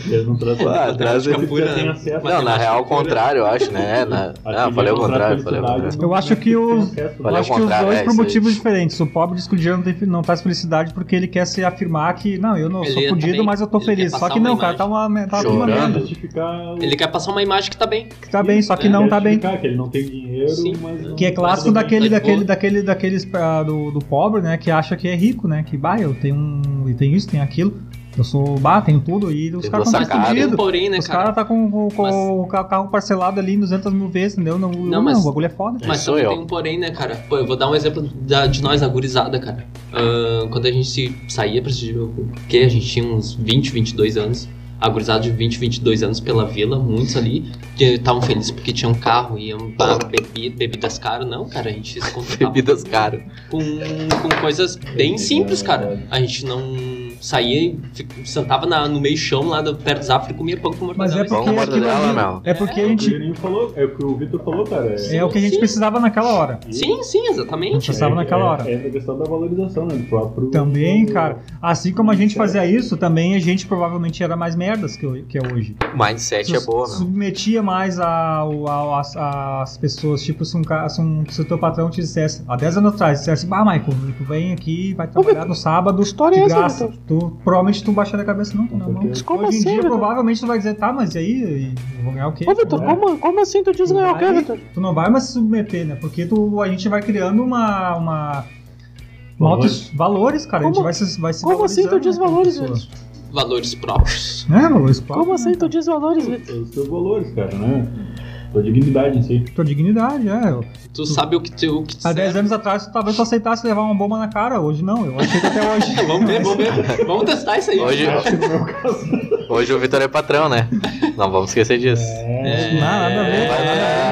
S1: Ele não traz
S2: Ah, traz
S1: Ele
S2: ele.
S1: já tem acesso.
S2: *laughs* Não, na real, o contrário, eu acho, né? Na, ah, falei
S1: é um
S2: o contrário, falei o contrário.
S4: Eu acho que os- Eu
S2: Olha,
S4: acho
S2: ao
S4: que os
S2: contrário,
S4: dois
S2: é,
S4: por
S2: isso aí.
S4: motivos diferentes. O pobre diz que o dinheiro não, tem, não traz felicidade porque ele quer se afirmar que, não, eu não
S3: Ele
S4: sou
S3: tá
S4: fudido,
S3: bem.
S4: mas eu tô
S3: Ele
S4: feliz.
S3: quer
S4: Só que
S3: passar
S4: não,
S3: uma
S4: cara, tá uma, tá uma
S2: Chorando.
S4: merda.
S1: justificar o-
S3: Ele quer passar uma imagem que tá bem.
S4: Que tá bem, só que
S3: É,
S4: não tá bem.
S1: justificar Que tá ele não tem dinheiro,
S3: Sim.
S1: mas. não-
S4: Que é clássico
S3: Tudo bem,
S4: daquele,
S3: tá de
S4: daquele,
S3: boa.
S4: daquele, daqueles ah, do, do pobre, né? Que acha que é rico, né? Que, bah, eu tenho um. E tenho isso, tenho aquilo. Eu sou, bah, tenho tudo. E os
S2: Tem
S4: caras
S2: duas
S4: estão
S2: sacadas.
S3: Tem um
S4: fudidos.
S3: porém, né,
S4: Os
S3: cara?
S4: caras tá com, com, com
S3: Mas-
S4: o ca- carro parcelado ali em 200 mil vezes, entendeu? Não, não,
S3: mas-
S4: o bagulho é foda.
S2: É,
S3: Mas
S2: sou
S3: só tem
S2: eu.
S3: um porém, né, cara? Pô, eu vou dar um exemplo da- de nós, da gurizada, cara. Ahn, quando a gente se saía pra se porque a gente tinha uns 20, 22 anos. A gurizada de 20, 22 anos pela vila, muitos ali, que estavam felizes porque tinham carro, iam pra bebi- bebidas caras. Não, cara, a gente se contentava
S2: *laughs* Bebidas caras.
S3: com, com coisas bem simples, cara. A gente não saía e fi- sentava na- no meio chão lá do- perto dos África e comia pão com
S4: Mas
S3: mortadela.
S4: é
S3: e-
S4: porque
S2: Vamos
S4: aquilo
S2: guardar ela,
S4: ali-
S2: Mel.
S4: É porque a
S1: É o que o
S4: gente.
S1: Juninho falou, é o que o Vitor falou, cara. é-
S4: É o que a gente
S3: Sim.
S4: precisava naquela hora.
S3: Sim, sim, exatamente.
S2: Uhum.
S4: Pensava naquela hora.
S1: É, é a questão da valorização, né? Do próprio.
S4: Também, cara. Assim como a gente
S1: Sério.
S4: fazia isso, também a gente provavelmente era mais merdas que, ho- que é hoje.
S2: Mindset é
S4: Sus-
S2: boa, *laughs* meu.
S4: Submetia mais ao- ao- às às pessoas. Tipo, se, um, ca- se, um, se o teu patrão te dissesse, há 10 anos atrás, dissesse, bah, Michael, tu vem aqui, vai trabalhar no sábado,
S2: história é
S4: de
S2: essa,
S4: graça. Tu, provavelmente tu baixaria a cabeça, não,
S1: Com
S4: não, não.
S1: certeza.
S2: Como
S4: hoje em
S2: assim,
S4: dia,
S2: Vitor?
S4: provavelmente tu vai dizer, tá, mas e aí, eu vou ganhar o quê?
S2: Ô, Vitor,
S4: Né?
S2: como, como assim tu diz
S4: Tu
S2: ganhar o
S4: vai-
S2: quê, Vitor?
S4: Tu não vai mais se submeter, né? Porque tu, a gente vai criando uma. uma uma
S1: Valores.
S4: autos- valores, cara. a gente
S2: Como-
S4: vai se, vai se
S2: como assim tu diz valores,
S4: Vitor?
S3: Valores próprios.
S4: É, valores próprios.
S2: Como assim tu diz valores, Vitor?
S1: Os seus valores, cara, né? Tua dignidade em
S4: *laughs*
S1: si.
S4: Tua dignidade, é.
S3: Tu sabe o que tu. O que tu
S4: Há 10
S3: serve.
S4: anos atrás, tu talvez tu aceitasse levar uma bomba na cara. Hoje não, eu aceito até hoje.
S3: Vamos ver,
S2: *laughs*
S3: vamos ver. Vamos testar isso aí.
S2: Hoje,
S1: Acho que no meu caso.
S2: hoje o Vitor é patrão, né? Não vamos esquecer disso.
S4: Não, nada a ver,
S2: Vai-
S4: nada a ver.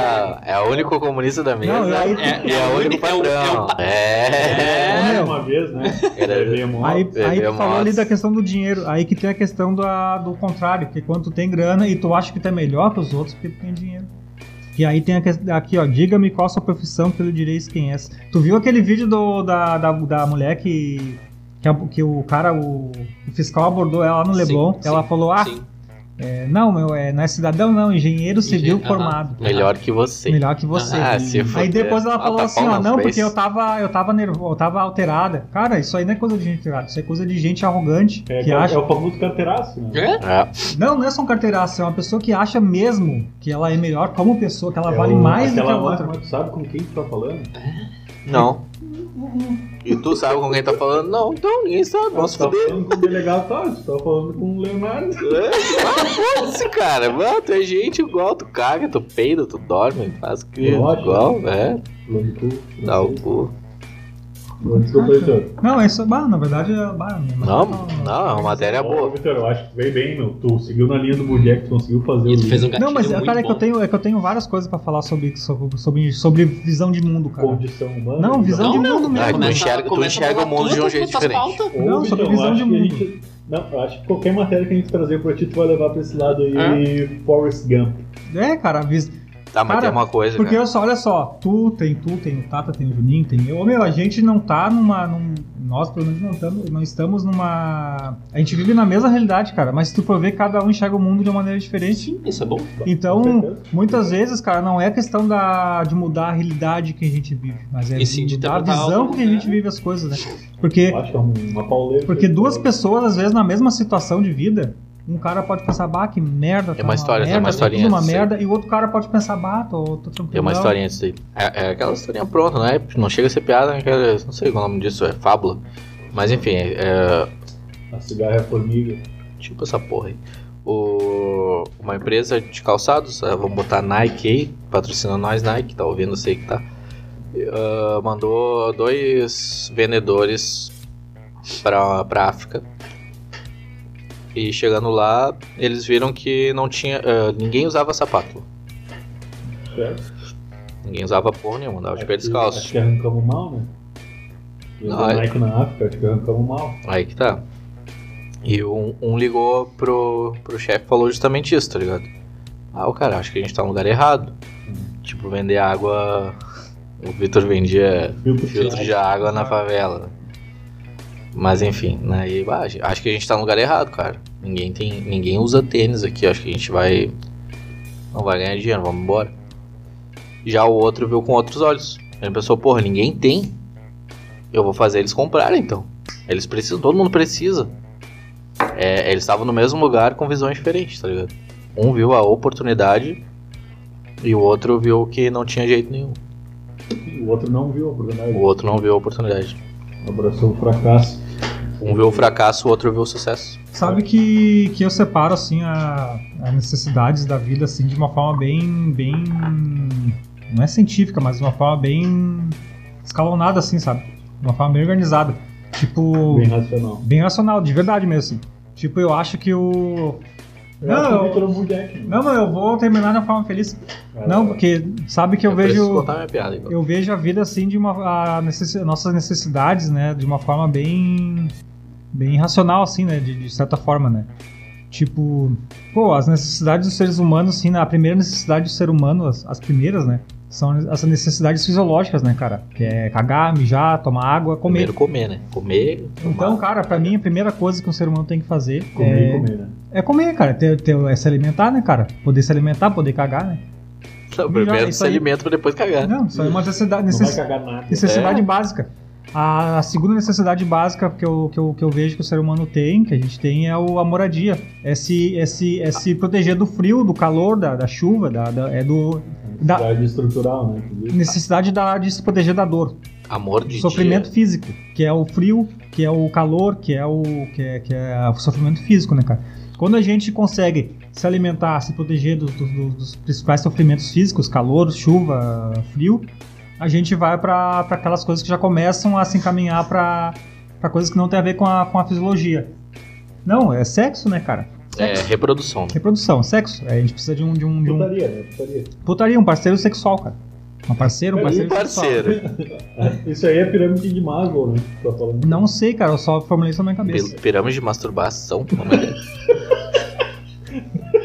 S2: É, o único comunista da mesa
S4: Não, aí-
S2: e é o único
S3: é o- é o-
S2: patrão. É.
S1: É,
S4: meu.
S1: uma vez, né?
S2: Era-
S1: Aí veio a moto.
S4: Aí,
S2: Bebeu
S4: aí tu falou
S2: massa.
S4: ali da questão do dinheiro, aí que tem a questão da- do contrário, que quando tu tem grana e tu acha que tu é melhor que os outros porque tu tem dinheiro. E aí tem a questão, aqui ó, diga-me qual sua profissão que eu lhe direi quem és. Tu viu aquele vídeo do- da, da, da mulher que, que, a- que o cara, o, o fiscal abordou ela no
S3: Sim,
S4: Leblon,
S3: sim,
S4: ela falou, ah,
S3: Sim.
S4: é, não, meu, é, não é cidadão não, engenheiro civil
S3: Engen- aham.
S4: formado.
S2: Melhor que você.
S4: Melhor que você.
S2: Ah, se
S4: Aí
S2: fuder.
S4: depois ela
S2: Ah,
S4: falou
S2: tá
S4: assim,
S2: bom,
S4: ó, não,
S2: fez.
S4: porque eu tava, eu tava nervoso, eu tava alterada. Cara, isso aí não é coisa de gente alterada, isso é coisa de gente arrogante
S1: É,
S4: que
S1: é o-
S4: acha.
S1: é o famoso carteiraço, né?
S3: É?
S2: É,
S4: Não, não é só um carteiraço, é uma pessoa que acha mesmo que ela é melhor como pessoa, que ela
S1: É
S4: vale
S1: o-
S4: mais do que
S1: aquela
S4: a
S1: moto,
S4: outra.
S1: mas tu sabe com quem tu tá falando?
S2: Não. E tu sabe com quem tá falando? Não, então ninguém sabe. Vamos
S1: tu tá
S2: foder.
S1: falando com o delegado Todd, tu tá falando com o Leonardo.
S2: Foda-se, cara. Mano, tu é gente igual, tu caga, tu peida, tu dorme, faz o que
S1: Lógico.
S2: igual, é.
S1: Falando com o
S2: Dá o cu.
S1: Bom, Desculpa, Vitor.
S4: Não, é só. Bah, na verdade, é- bah, minha
S2: Não,
S4: matéria tá-
S2: não, é uma matéria
S1: Ô,
S2: boa.
S1: Vitor, eu acho que tu veio bem, meu. Tu seguiu na linha do Budiek, tu conseguiu fazer
S3: E
S1: o
S3: tu fez um gatilho
S4: Não, mas
S3: muito
S4: cara, é que, eu
S3: bom.
S4: tenho, é que eu tenho várias coisas pra falar sobre, sobre, sobre, sobre visão de mundo, cara.
S1: condição humana. então.
S4: Não, visão de
S3: Não,
S4: mundo
S2: Ah,
S4: mesmo. né?
S2: tu
S3: Começa-
S2: enxerga- tu
S3: começa
S2: enxerga
S3: pela
S2: o mundo de um
S3: tua,
S2: jeito
S3: tuas
S2: diferente.
S3: pautas.
S1: Ou,
S4: Não, sobre
S1: Vitão,
S4: visão
S1: acho
S4: de
S1: que a
S4: mundo.
S1: gente- Não, eu acho que qualquer matéria que a gente trazer pra ti, tu vai levar pra esse lado aí, Forrest Gump.
S4: É, cara, vis,
S2: Tá, mas
S4: Cara,
S2: tem uma coisa,
S4: Porque
S2: cara.
S4: olha só, olha só, tu tem tu, tem o Tata, tem o Juninho, tem eu. Ô, Meu, a gente não tá numa. num- nós, pelo menos, não, tamo, não estamos numa. A gente vive na mesma realidade, cara. Mas se tu for ver, cada um enxerga o mundo de uma maneira diferente.
S3: Isso é bom.
S1: Com
S4: Então,
S1: certeza.
S4: muitas vezes, cara, não é questão da, de mudar a realidade que a gente vive, mas é
S3: E sim, de
S4: mudar a
S3: interpretar
S4: visão
S3: algo,
S4: que a gente
S3: né?
S4: vive as coisas, né? Porque
S1: Eu acho que é um- uma pauleira.
S4: porque duas pessoas, às vezes, na mesma situação de vida, um cara pode pensar, bah, que merda, tá
S2: uma história, tem
S4: merda,
S2: uma
S4: tá tudo
S2: historinha
S4: uma
S2: disso aí.
S4: merda, e o outro cara pode pensar, bah, tô, tô tranquilo.
S2: Tem uma historinha disso aí. É, é aquela historinha pronta, né? Não chega a ser piada, né? cara? Não sei qual o nome disso, é fábula. Mas enfim, é,
S1: A cigarra é a formiga.
S2: tipo essa porra aí. O- uma ah, empresa de calçados, é, vamos botar Nike aí, patrocina nós, Nike, tá ouvindo, sei que tá. ah, mandou dois vendedores pra, pra África. E chegando lá, eles viram que não tinha. ah, ninguém usava sapato.
S1: Certo?
S2: Ninguém usava porra nenhuma, andava de pé
S1: Acho que- Acho
S2: é descalço.
S1: que arrancamos mal, né?
S2: Não,
S1: Não,
S2: é-
S1: Nike na África, acho que arrancamos mal.
S2: Aí que tá. E um, um ligou pro, pro chefe e falou justamente isso, tá ligado? Ah, o cara, acho que a gente tá no lugar errado. Tipo, vender água. O Vitor vendia
S1: Filtro
S2: filtro de água na favela. Mas enfim, aí bah, acho que a gente tá no lugar errado, cara. Ninguém tem, ninguém usa tênis aqui, acho que a gente vai não vai ganhar dinheiro, vamos embora. Já o outro viu com outros olhos. Ele pensou, porra, ninguém tem. Eu vou fazer eles comprarem então. Eles precisam, todo mundo precisa. É, eles estavam no mesmo lugar com visões diferentes, tá ligado? Um viu a oportunidade e o outro viu que não tinha jeito nenhum.
S1: O outro não viu a oportunidade.
S2: O outro não viu a oportunidade.
S1: Abraçou o fracasso.
S2: Um vê o fracasso, o outro vê o sucesso.
S4: Sabe que, que eu separo assim a- as necessidades da vida assim de uma forma bem bem não é científica, mas de uma forma bem escalonada assim, sabe? De uma forma bem organizada. Tipo
S1: Bem racional.
S4: bem racional, de verdade mesmo. assim. Tipo, eu acho que o Não,
S1: acho que o
S4: eu-
S1: Vitor Budek, né?
S4: Não, mas eu vou terminar de uma forma feliz. Não, porque sabe que eu,
S2: preciso
S4: vejo
S2: contar minha piada. então. Igor.
S4: eu vejo a vida assim de uma a necessi- nossas necessidades, né, de uma forma bem bem racional assim, né, de, de certa forma, né? Tipo, pô, as necessidades dos seres humanos, assim, né, a primeira necessidade do ser humano, as, as primeiras, né, são as necessidades fisiológicas, né, cara? Que é cagar, mijar, tomar água, comer.
S2: Primeiro comer, né? Comer.
S4: Então,
S2: tomar.
S4: cara, pra mim a primeira coisa que um ser humano tem que fazer
S1: Comer
S4: é,
S1: e comer, né?
S4: é comer, cara. Ter, ter, é se alimentar, né, cara? Poder se alimentar, poder cagar, né?
S2: Não, primeiro
S4: melhor,
S2: se
S4: isso aí-
S2: alimenta pra depois cagar.
S4: Não, isso é uma necessidade.
S1: Não vai
S4: necessidade
S1: cagar nada.
S4: Necessidade básica. A, a segunda necessidade básica que eu, que, eu, que eu vejo que o ser humano tem, que a gente tem, é o, a moradia. É se, é, se, é se proteger do frio, do calor, da, da chuva, da, da- é do. Da-
S1: Necessidade estrutural, né? Inclusive.
S4: Necessidade da, de se proteger da dor,
S2: Amor de
S4: do sofrimento
S2: dia.
S4: físico, que é o frio, que é o calor, que é o que é, que é o sofrimento físico, né, cara? Quando a gente consegue se alimentar, se proteger do- do- do- dos principais sofrimentos físicos, calor, chuva, frio, a gente vai para aquelas coisas que já começam a se encaminhar para coisas que não tem a ver com a, com a fisiologia. Não, é sexo, né, cara?
S2: É, reprodução. né?
S4: Reprodução, sexo. A gente precisa de um. De um, de um
S1: Putaria, né? Putaria.
S4: putaria, um parceiro sexual, cara. Um parceiro, um parceiro.
S2: Um
S4: sexual.
S2: parceiro.
S1: Isso aí é pirâmide de Maslow, né? que tu Tá falando.
S4: Não sei, cara, eu só formulei isso na minha cabeça.
S2: Pir- Pirâmide de masturbação. como *laughs* é?
S1: Pirâmide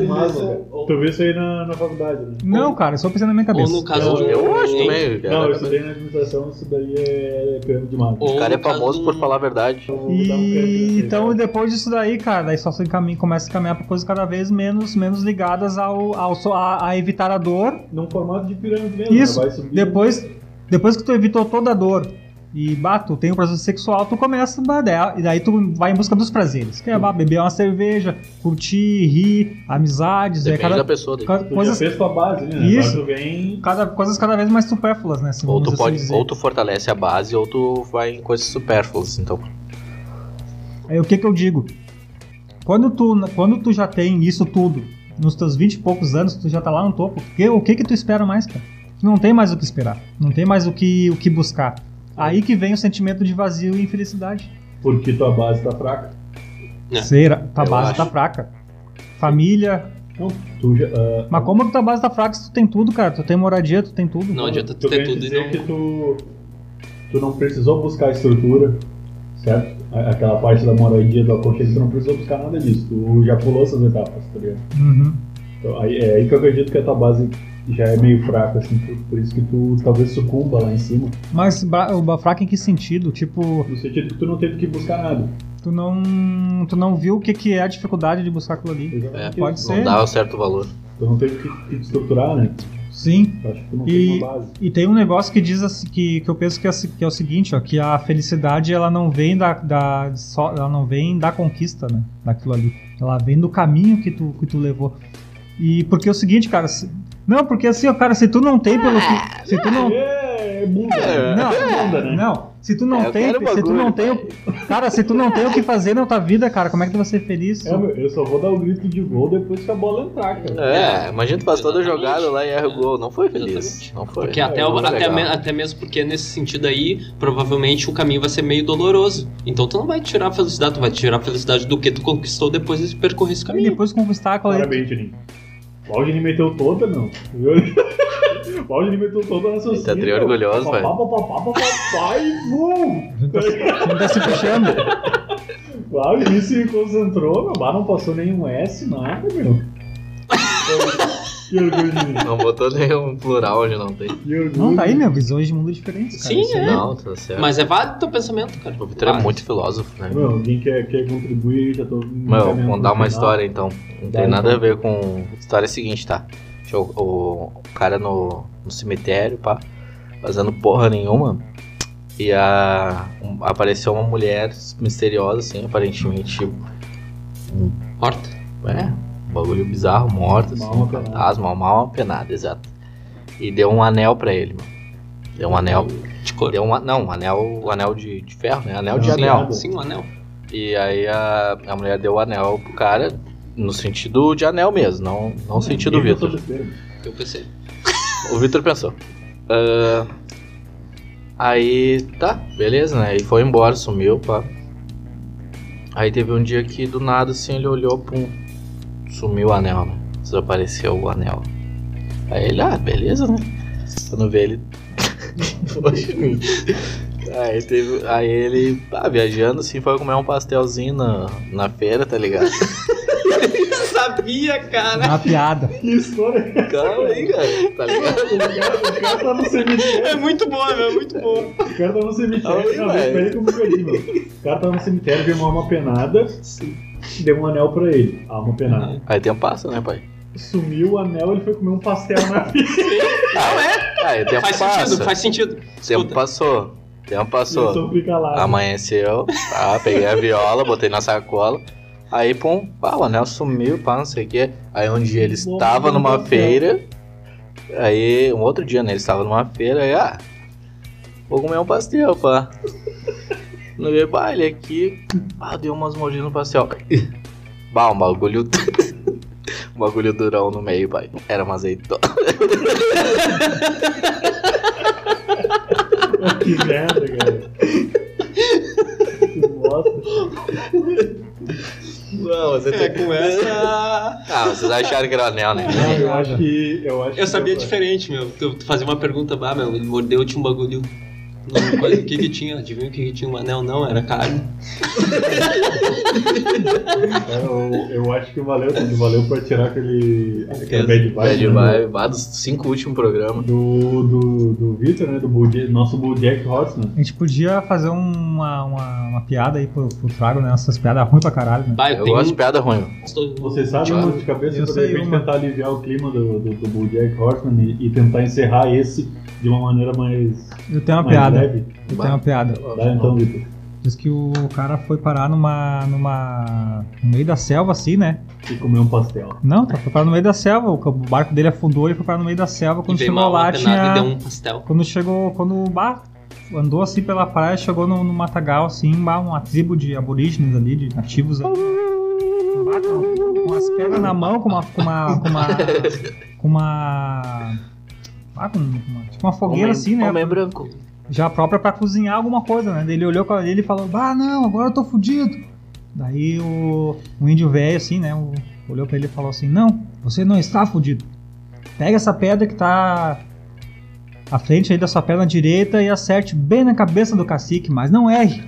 S1: de Maslow. cara. Tu viu isso aí na, na faculdade, né?
S4: Não, cara, eu só pensei na minha cabeça.
S3: Ou no caso de um.
S2: Eu acho
S3: em-
S2: também. cara.
S1: Não, eu estudei na administração, isso daí é pirâmide de Maslow.
S3: ou
S2: O cara é
S3: no caso
S2: famoso
S3: de um-
S2: por falar a verdade.
S4: É,
S1: Eu vou dar um crédito pra
S4: E
S1: vocês,
S4: então
S1: né?
S4: depois disso daí, cara, daí só se encaminha, começa a caminhar para coisas cada vez menos, menos ligadas ao, ao so- a, a evitar a dor.
S1: Num formato de pirâmide mesmo.
S4: Isso.
S1: né? Vai subir.
S4: Depois, depois que tu evitou toda a dor e bato, tem o processo sexual, tu começa bah, daí- e daí tu vai em busca dos prazeres. Que é bah, beber uma cerveja, curtir, rir, amizades, é
S2: Depende
S4: cada,
S2: da pessoa. daí.
S4: cada-
S1: Tu
S4: coisas,
S1: já fez tua base, né?
S4: Isso.
S1: Agora tu vem.
S4: cada, coisas cada vez mais supérfluas, né? se
S2: Ou
S4: vamos
S2: tu,
S4: assim
S2: pode,
S4: dizer.
S2: ou tu fortalece a base, ou tu vai em coisas supérfluas. Então,
S4: Aí o que que eu digo? Quando tu, quando tu já tem isso tudo, nos teus 20 e poucos anos, tu já tá lá no topo, que- o que que tu espera mais, cara? Tu não tem mais o que esperar, não tem mais o que, o que buscar. Aí que vem o sentimento de vazio e infelicidade.
S1: Porque tua base tá fraca.
S3: É.
S4: Será? Tua
S2: Eu
S4: base
S2: acho.
S4: tá fraca. Família.
S1: Não, tu já. ah,
S4: Mas como que tua base tá fraca se tu tem tudo, cara? Tu tem moradia, tu tem tudo.
S3: Não adianta
S1: tu
S3: tu
S1: quer
S3: ter tudo e
S1: dizer
S3: não.
S1: que tu, tu não precisou buscar a estrutura, certo? A- Aquela parte da moradia, do aconchego, tu não precisou buscar nada disso. Tu já pulou essas etapas, tá ligado?
S4: Uhum.
S1: Então, aí, é aí que eu acredito que a tua base já é meio fraca, assim, por, por isso que tu talvez sucumba lá em cima,
S4: Mas bra- o fraca em que sentido? Tipo,
S1: no sentido que tu não teve que buscar nada.
S4: tu não, tu não viu o que, que é a dificuldade de buscar aquilo ali.
S2: é,
S1: Exatamente.
S4: pode
S2: não
S4: ser.
S2: dá o certo valor.
S1: Tu não teve que, que te estruturar, né?
S4: Sim.
S1: Eu acho que tu não
S4: E-
S1: teve uma base.
S4: E tem um negócio que diz assim, que, que eu penso que é, assim- que é o seguinte, ó, que a felicidade ela não vem da, da só, ela não vem da conquista, né, daquilo ali. Ela vem do caminho que tu, que tu levou. E porque é o seguinte, cara, se- não, porque assim, ó, cara, se tu não tem pelo que, se tu não,
S1: É, é bunda, né?
S4: não,
S1: bunda, né?
S4: não, Se tu não
S2: É, eu
S4: tem,
S2: quero
S4: se tu
S2: bagulho,
S4: não tem, o- cara, se tu não tem o que fazer na tua vida, cara, como é que tu vai ser feliz?
S1: É, meu, eu só vou dar o grito de gol depois que a bola entrar, cara.
S2: É, imagina tu faz toda a
S3: Exatamente.
S2: jogada lá e erra o gol. Não foi feliz.
S3: Exatamente.
S2: Não foi.
S3: Porque até, o-
S2: Não foi
S3: até,
S2: é legal.
S3: me- até mesmo porque nesse sentido aí, provavelmente o caminho vai ser meio doloroso. Então tu não vai tirar a felicidade, tu vai tirar a felicidade do que tu conquistou depois de percorrer esse
S4: E
S3: caminho.
S4: depois com o obstáculo aí,
S1: Parabéns, Juninho. Lá o Juninho meteu toda, não. *laughs* Viu? Lá o Juninho meteu toda na sua
S2: Ele tá tri orgulhoso,
S1: papai.
S2: velho.
S4: *laughs* não tá se fechando.
S1: Lá o Juninho se concentrou, meu. Lá não passou nenhum S, nada, meu. Que orgulho, Juninho.
S2: Não botou nenhum plural onde não tem.
S1: Que orgulho.
S4: Não, tá aí, meu, visões de mundo diferentes, cara.
S3: Sim, é.
S2: Não, tá certo.
S3: Mas é válido teu pensamento, cara.
S2: O Vitor é
S3: Válido.
S2: muito filósofo, né?
S1: Meu, alguém quer, quer contribuir, já tô...
S2: Meu, vou contar
S1: no
S2: uma
S1: final.
S2: história então. Não tem
S1: Vai,
S2: nada
S1: então.
S2: a ver com. A história é a seguinte, tá? Tinha O, o- o cara no, no cemitério, pá, fazendo porra nenhuma. E a. um- apareceu uma mulher misteriosa, assim, aparentemente.
S3: Morta.
S2: É, um bagulho bizarro, morta, assim,
S1: Mal
S2: um
S1: apenada.
S2: fantasma, mal apenada, exato. E deu um anel pra ele, mano. Deu um anel.
S3: De cor.
S2: Deu um, a- não, um anel. Um anel de, de ferro, né? Anel de
S1: Sim,
S2: anel.
S1: anel.
S3: Sim, um anel.
S2: E aí a, a mulher deu o anel pro cara, no sentido de anel mesmo, não, não no sentido
S1: Ninguém tá
S2: Vitor.
S1: botou besteira.
S3: Eu pensei.
S2: O Vitor pensou. Ah, aí tá, beleza, né? E foi embora, sumiu, pá. Aí teve um dia que do nada assim ele olhou, pum, sumiu o anel, né? Desapareceu o anel. Aí ele, ah, beleza, né? Quando vê ele. *laughs* Poxa, mim. aí, teve, aí ele, ah, viajando assim, foi comer um pastelzinho na, na feira, tá ligado?
S3: Sabia, cara.
S4: É uma piada.
S1: Que história.
S2: *laughs*
S1: *laughs*
S2: Calma aí, cara, tá ligado?
S1: O cara, o cara tá no cemitério.
S3: É muito bom, meu, é muito bom.
S1: O cara tá no
S2: Ai,
S1: cemitério. Não,
S2: velho.
S1: peraí como que eu li, mano. O cara tá no cemitério, deu uma alma penada, deu um anel pra ele. Alma penada.
S2: Aí tempo passa, né, pai?
S1: Sumiu o anel, ele foi comer um pastel na vida.
S2: Não é? Aí tempo
S3: Faz
S2: passa.
S3: sentido, faz sentido.
S2: Tempo
S3: Escuta,
S2: passou. Tempo passou.
S1: Então fica lá.
S2: um
S1: *laughs*
S2: Amanheceu, tá? Peguei a viola, botei na sacola. Aí, pum, pá, o anel sumiu, pá, não sei o quê. Aí um dia ele
S1: Bom,
S2: estava
S1: bom,
S2: numa
S1: bom.
S2: feira. Aí, um outro dia, né? Ele estava numa feira, aí, ah, vou comer um pastel, pá. No meu baile aqui, ah, deu umas mordidas no pastel. *laughs* Bah, um bagulho. *laughs* um bagulho durão no meio, pai. Era uma azeitona.
S1: Ah, Que merda, cara. Que bosta.
S2: Não,
S3: é com essa.
S2: Ah, vocês acharam que era anel, né?
S1: Não, eu acho que. Eu, acho
S3: Eu
S1: que
S3: sabia
S1: deu,
S3: diferente, meu. Tu, tu fazia uma pergunta, bah, meu, ele mordeu, tinha um bagulho. Não, Coisa, o que que tinha? Adivinha o que que tinha? Um anel? Não, era carne.
S1: cara. Eu, eu acho que valeu tudo. Valeu pra tirar aquele. aquele bad vibe.
S2: Bad
S1: né,
S2: vibe, vá dos cinco últimos programas.
S1: Do, do, do Victor, né? Do Bull Jack- nosso Bull Jack Horseman.
S4: A gente podia fazer uma, uma, uma piada aí pro, pro Trago, né? Essas piadas ruins pra caralho, né?
S3: Bah, eu,
S2: Eu
S3: tenho
S2: gosto de
S3: um-
S2: piada ruim.
S1: Vocês sabem
S2: Claro.
S1: uma um de cabeça
S4: Eu
S1: pra de
S4: sei
S1: repente
S4: uma.
S1: tentar aliviar o clima do, do, do Bull Jack Horseman e, e tentar encerrar esse de uma maneira mais,
S4: Eu tenho uma
S1: mais
S3: é
S4: piada.
S1: leve.
S4: Eu tenho uma piada.
S1: Tá, então, Vitor.
S4: Diz que o cara foi parar numa. numa. no meio da selva, assim, né?
S1: E comer um pastel.
S4: Não, tá, foi parar no meio da selva. O barco dele afundou, ele foi parar no meio da selva.
S3: E
S4: Quando
S3: veio
S4: chegou
S3: uma
S4: lá,
S3: alma penada
S4: tinha.
S3: e deu um pastel.
S4: Quando chegou. Quando o bar andou assim pela praia, chegou no, no matagal, assim, bah, uma tribo de aborígenes ali, de nativos. Ali. Bah, com, com as pedras na mão, com uma. com uma.
S2: *laughs*
S4: com uma. com uma. Ah, com uma, tipo uma fogueira assim, né?
S2: Homem branco.
S4: já própria pra cozinhar alguma coisa, né? Daí Ele olhou pra ele e falou: "Bah, não, agora eu tô fudido". Daí o, o índio velho assim, né, o- olhou pra ele e falou assim: "Não, você não está fudido. Pega essa pedra que tá à frente aí da sua perna direita e acerte bem na cabeça do cacique, mas não erre".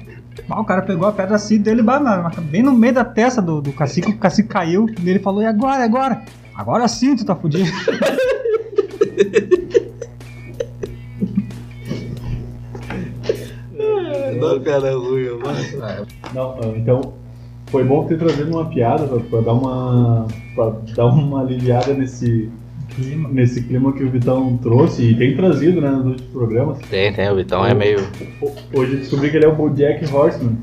S4: Bah, o cara pegou a pedra assim dele, bah, na- na- bem no meio da testa do, do cacique, o cacique caiu, e ele falou: "E agora, e agora? Agora sim tu tá fudido".
S2: Não, cara ruim, mano.
S1: Não, ah, então foi bom ter trazido uma piada pra, pra dar uma pra dar uma aliviada nesse nesse clima que o Vitão trouxe e tem trazido, né, nos últimos programas.
S2: Tem, tem, o Vitão é meio.
S1: O- Hoje eu descobri que ele é o Bojack Horseman.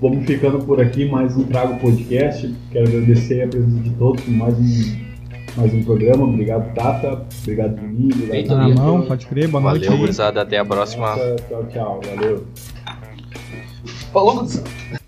S1: Vamos ficando por aqui, mais um Trago Podcast. Quero agradecer a presença de todos por mais um, mais um programa. Obrigado, Tata. Obrigado, Juninho.
S4: Na
S1: Obrigado,
S4: mão, pode crer, boa noite.
S2: Valeu, gurizada. Até a próxima.
S1: Tata. Tchau, tchau. Valeu.
S3: Falou do